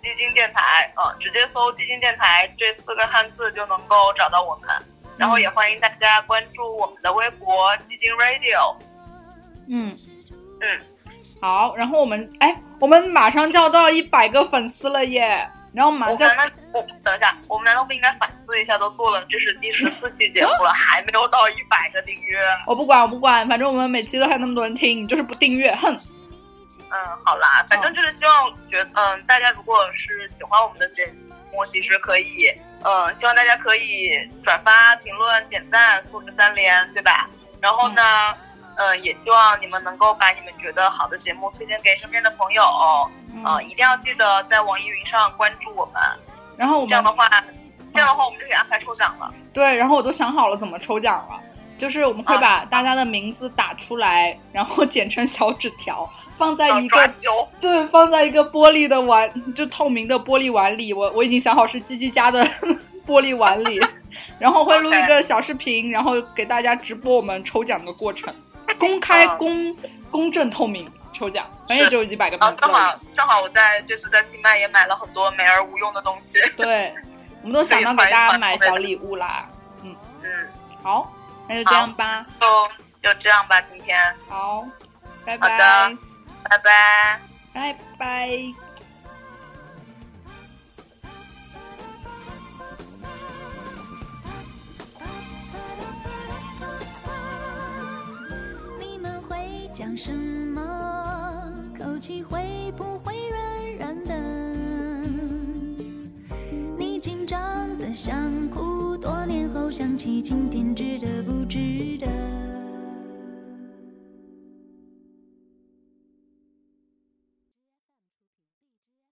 [SPEAKER 2] 基金电台，嗯，直接搜“基金电台”这四个汉字就能够找到我们。然后也欢迎大家关注我们的微博“基金 Radio”。
[SPEAKER 1] 嗯。
[SPEAKER 2] 嗯，
[SPEAKER 1] 好，然后我们哎，我们马上就要到一百个粉丝了耶！然后马
[SPEAKER 2] 我
[SPEAKER 1] 上
[SPEAKER 2] 们
[SPEAKER 1] 就
[SPEAKER 2] 难道我等一下，我们难道不应该反思一下？都做了这是第十四期节目了，还没有到一百个订阅。
[SPEAKER 1] 我不管，我不管，反正我们每期都还有那么多人听，你就是不订阅，哼。
[SPEAKER 2] 嗯，好啦，反正就是希望觉嗯，大家如果是喜欢我们的节目，其实可以，嗯，希望大家可以转发、评论、点赞，素质三连，对吧？然后呢，呃，也希望你们能够把你们觉得好的节目推荐给身边的朋友，
[SPEAKER 1] 嗯
[SPEAKER 2] 呃，一定要记得在网易云上关注我们，
[SPEAKER 1] 然后我
[SPEAKER 2] 这样
[SPEAKER 1] 们
[SPEAKER 2] 的话，这样的话我们就可以安排抽奖了。
[SPEAKER 1] 对，然后我都想好了怎么抽奖了，就是我们
[SPEAKER 2] 啊
[SPEAKER 1] 会把大家的名字打出来， [LAUGHS] 然后剪成小纸条，放在
[SPEAKER 2] 要
[SPEAKER 1] 一
[SPEAKER 2] 抓
[SPEAKER 1] 个
[SPEAKER 2] 阄，
[SPEAKER 1] 对，放在一个玻璃的碗， [LAUGHS] 就透明的玻璃碗里。我我已经想好是鸡鸡家的 [LAUGHS] 玻璃碗
[SPEAKER 2] [LAUGHS]
[SPEAKER 1] 里，然后会录一个小视频，然后给大家直播我们抽奖的过
[SPEAKER 2] [LAUGHS]
[SPEAKER 1] 程，公开、
[SPEAKER 2] 嗯
[SPEAKER 1] 公公正、透明抽奖，反正也就一百个
[SPEAKER 2] 然
[SPEAKER 1] 名
[SPEAKER 2] 后
[SPEAKER 1] 字
[SPEAKER 2] 正
[SPEAKER 1] 了
[SPEAKER 2] 好。正好我在这次在清迈也买了很多美而无用的东西，
[SPEAKER 1] 对，我们都想到给大家买小礼物啦。
[SPEAKER 2] 嗯。
[SPEAKER 1] 好，那就这样吧。
[SPEAKER 2] 就嗯就这样吧，今天，
[SPEAKER 1] 好，拜
[SPEAKER 2] 好
[SPEAKER 1] 拜
[SPEAKER 2] 的，拜拜。
[SPEAKER 1] 拜拜。
[SPEAKER 3] 你们会讲什么？口气会不会软软的？你紧张的想哭，多年后想起今天值得不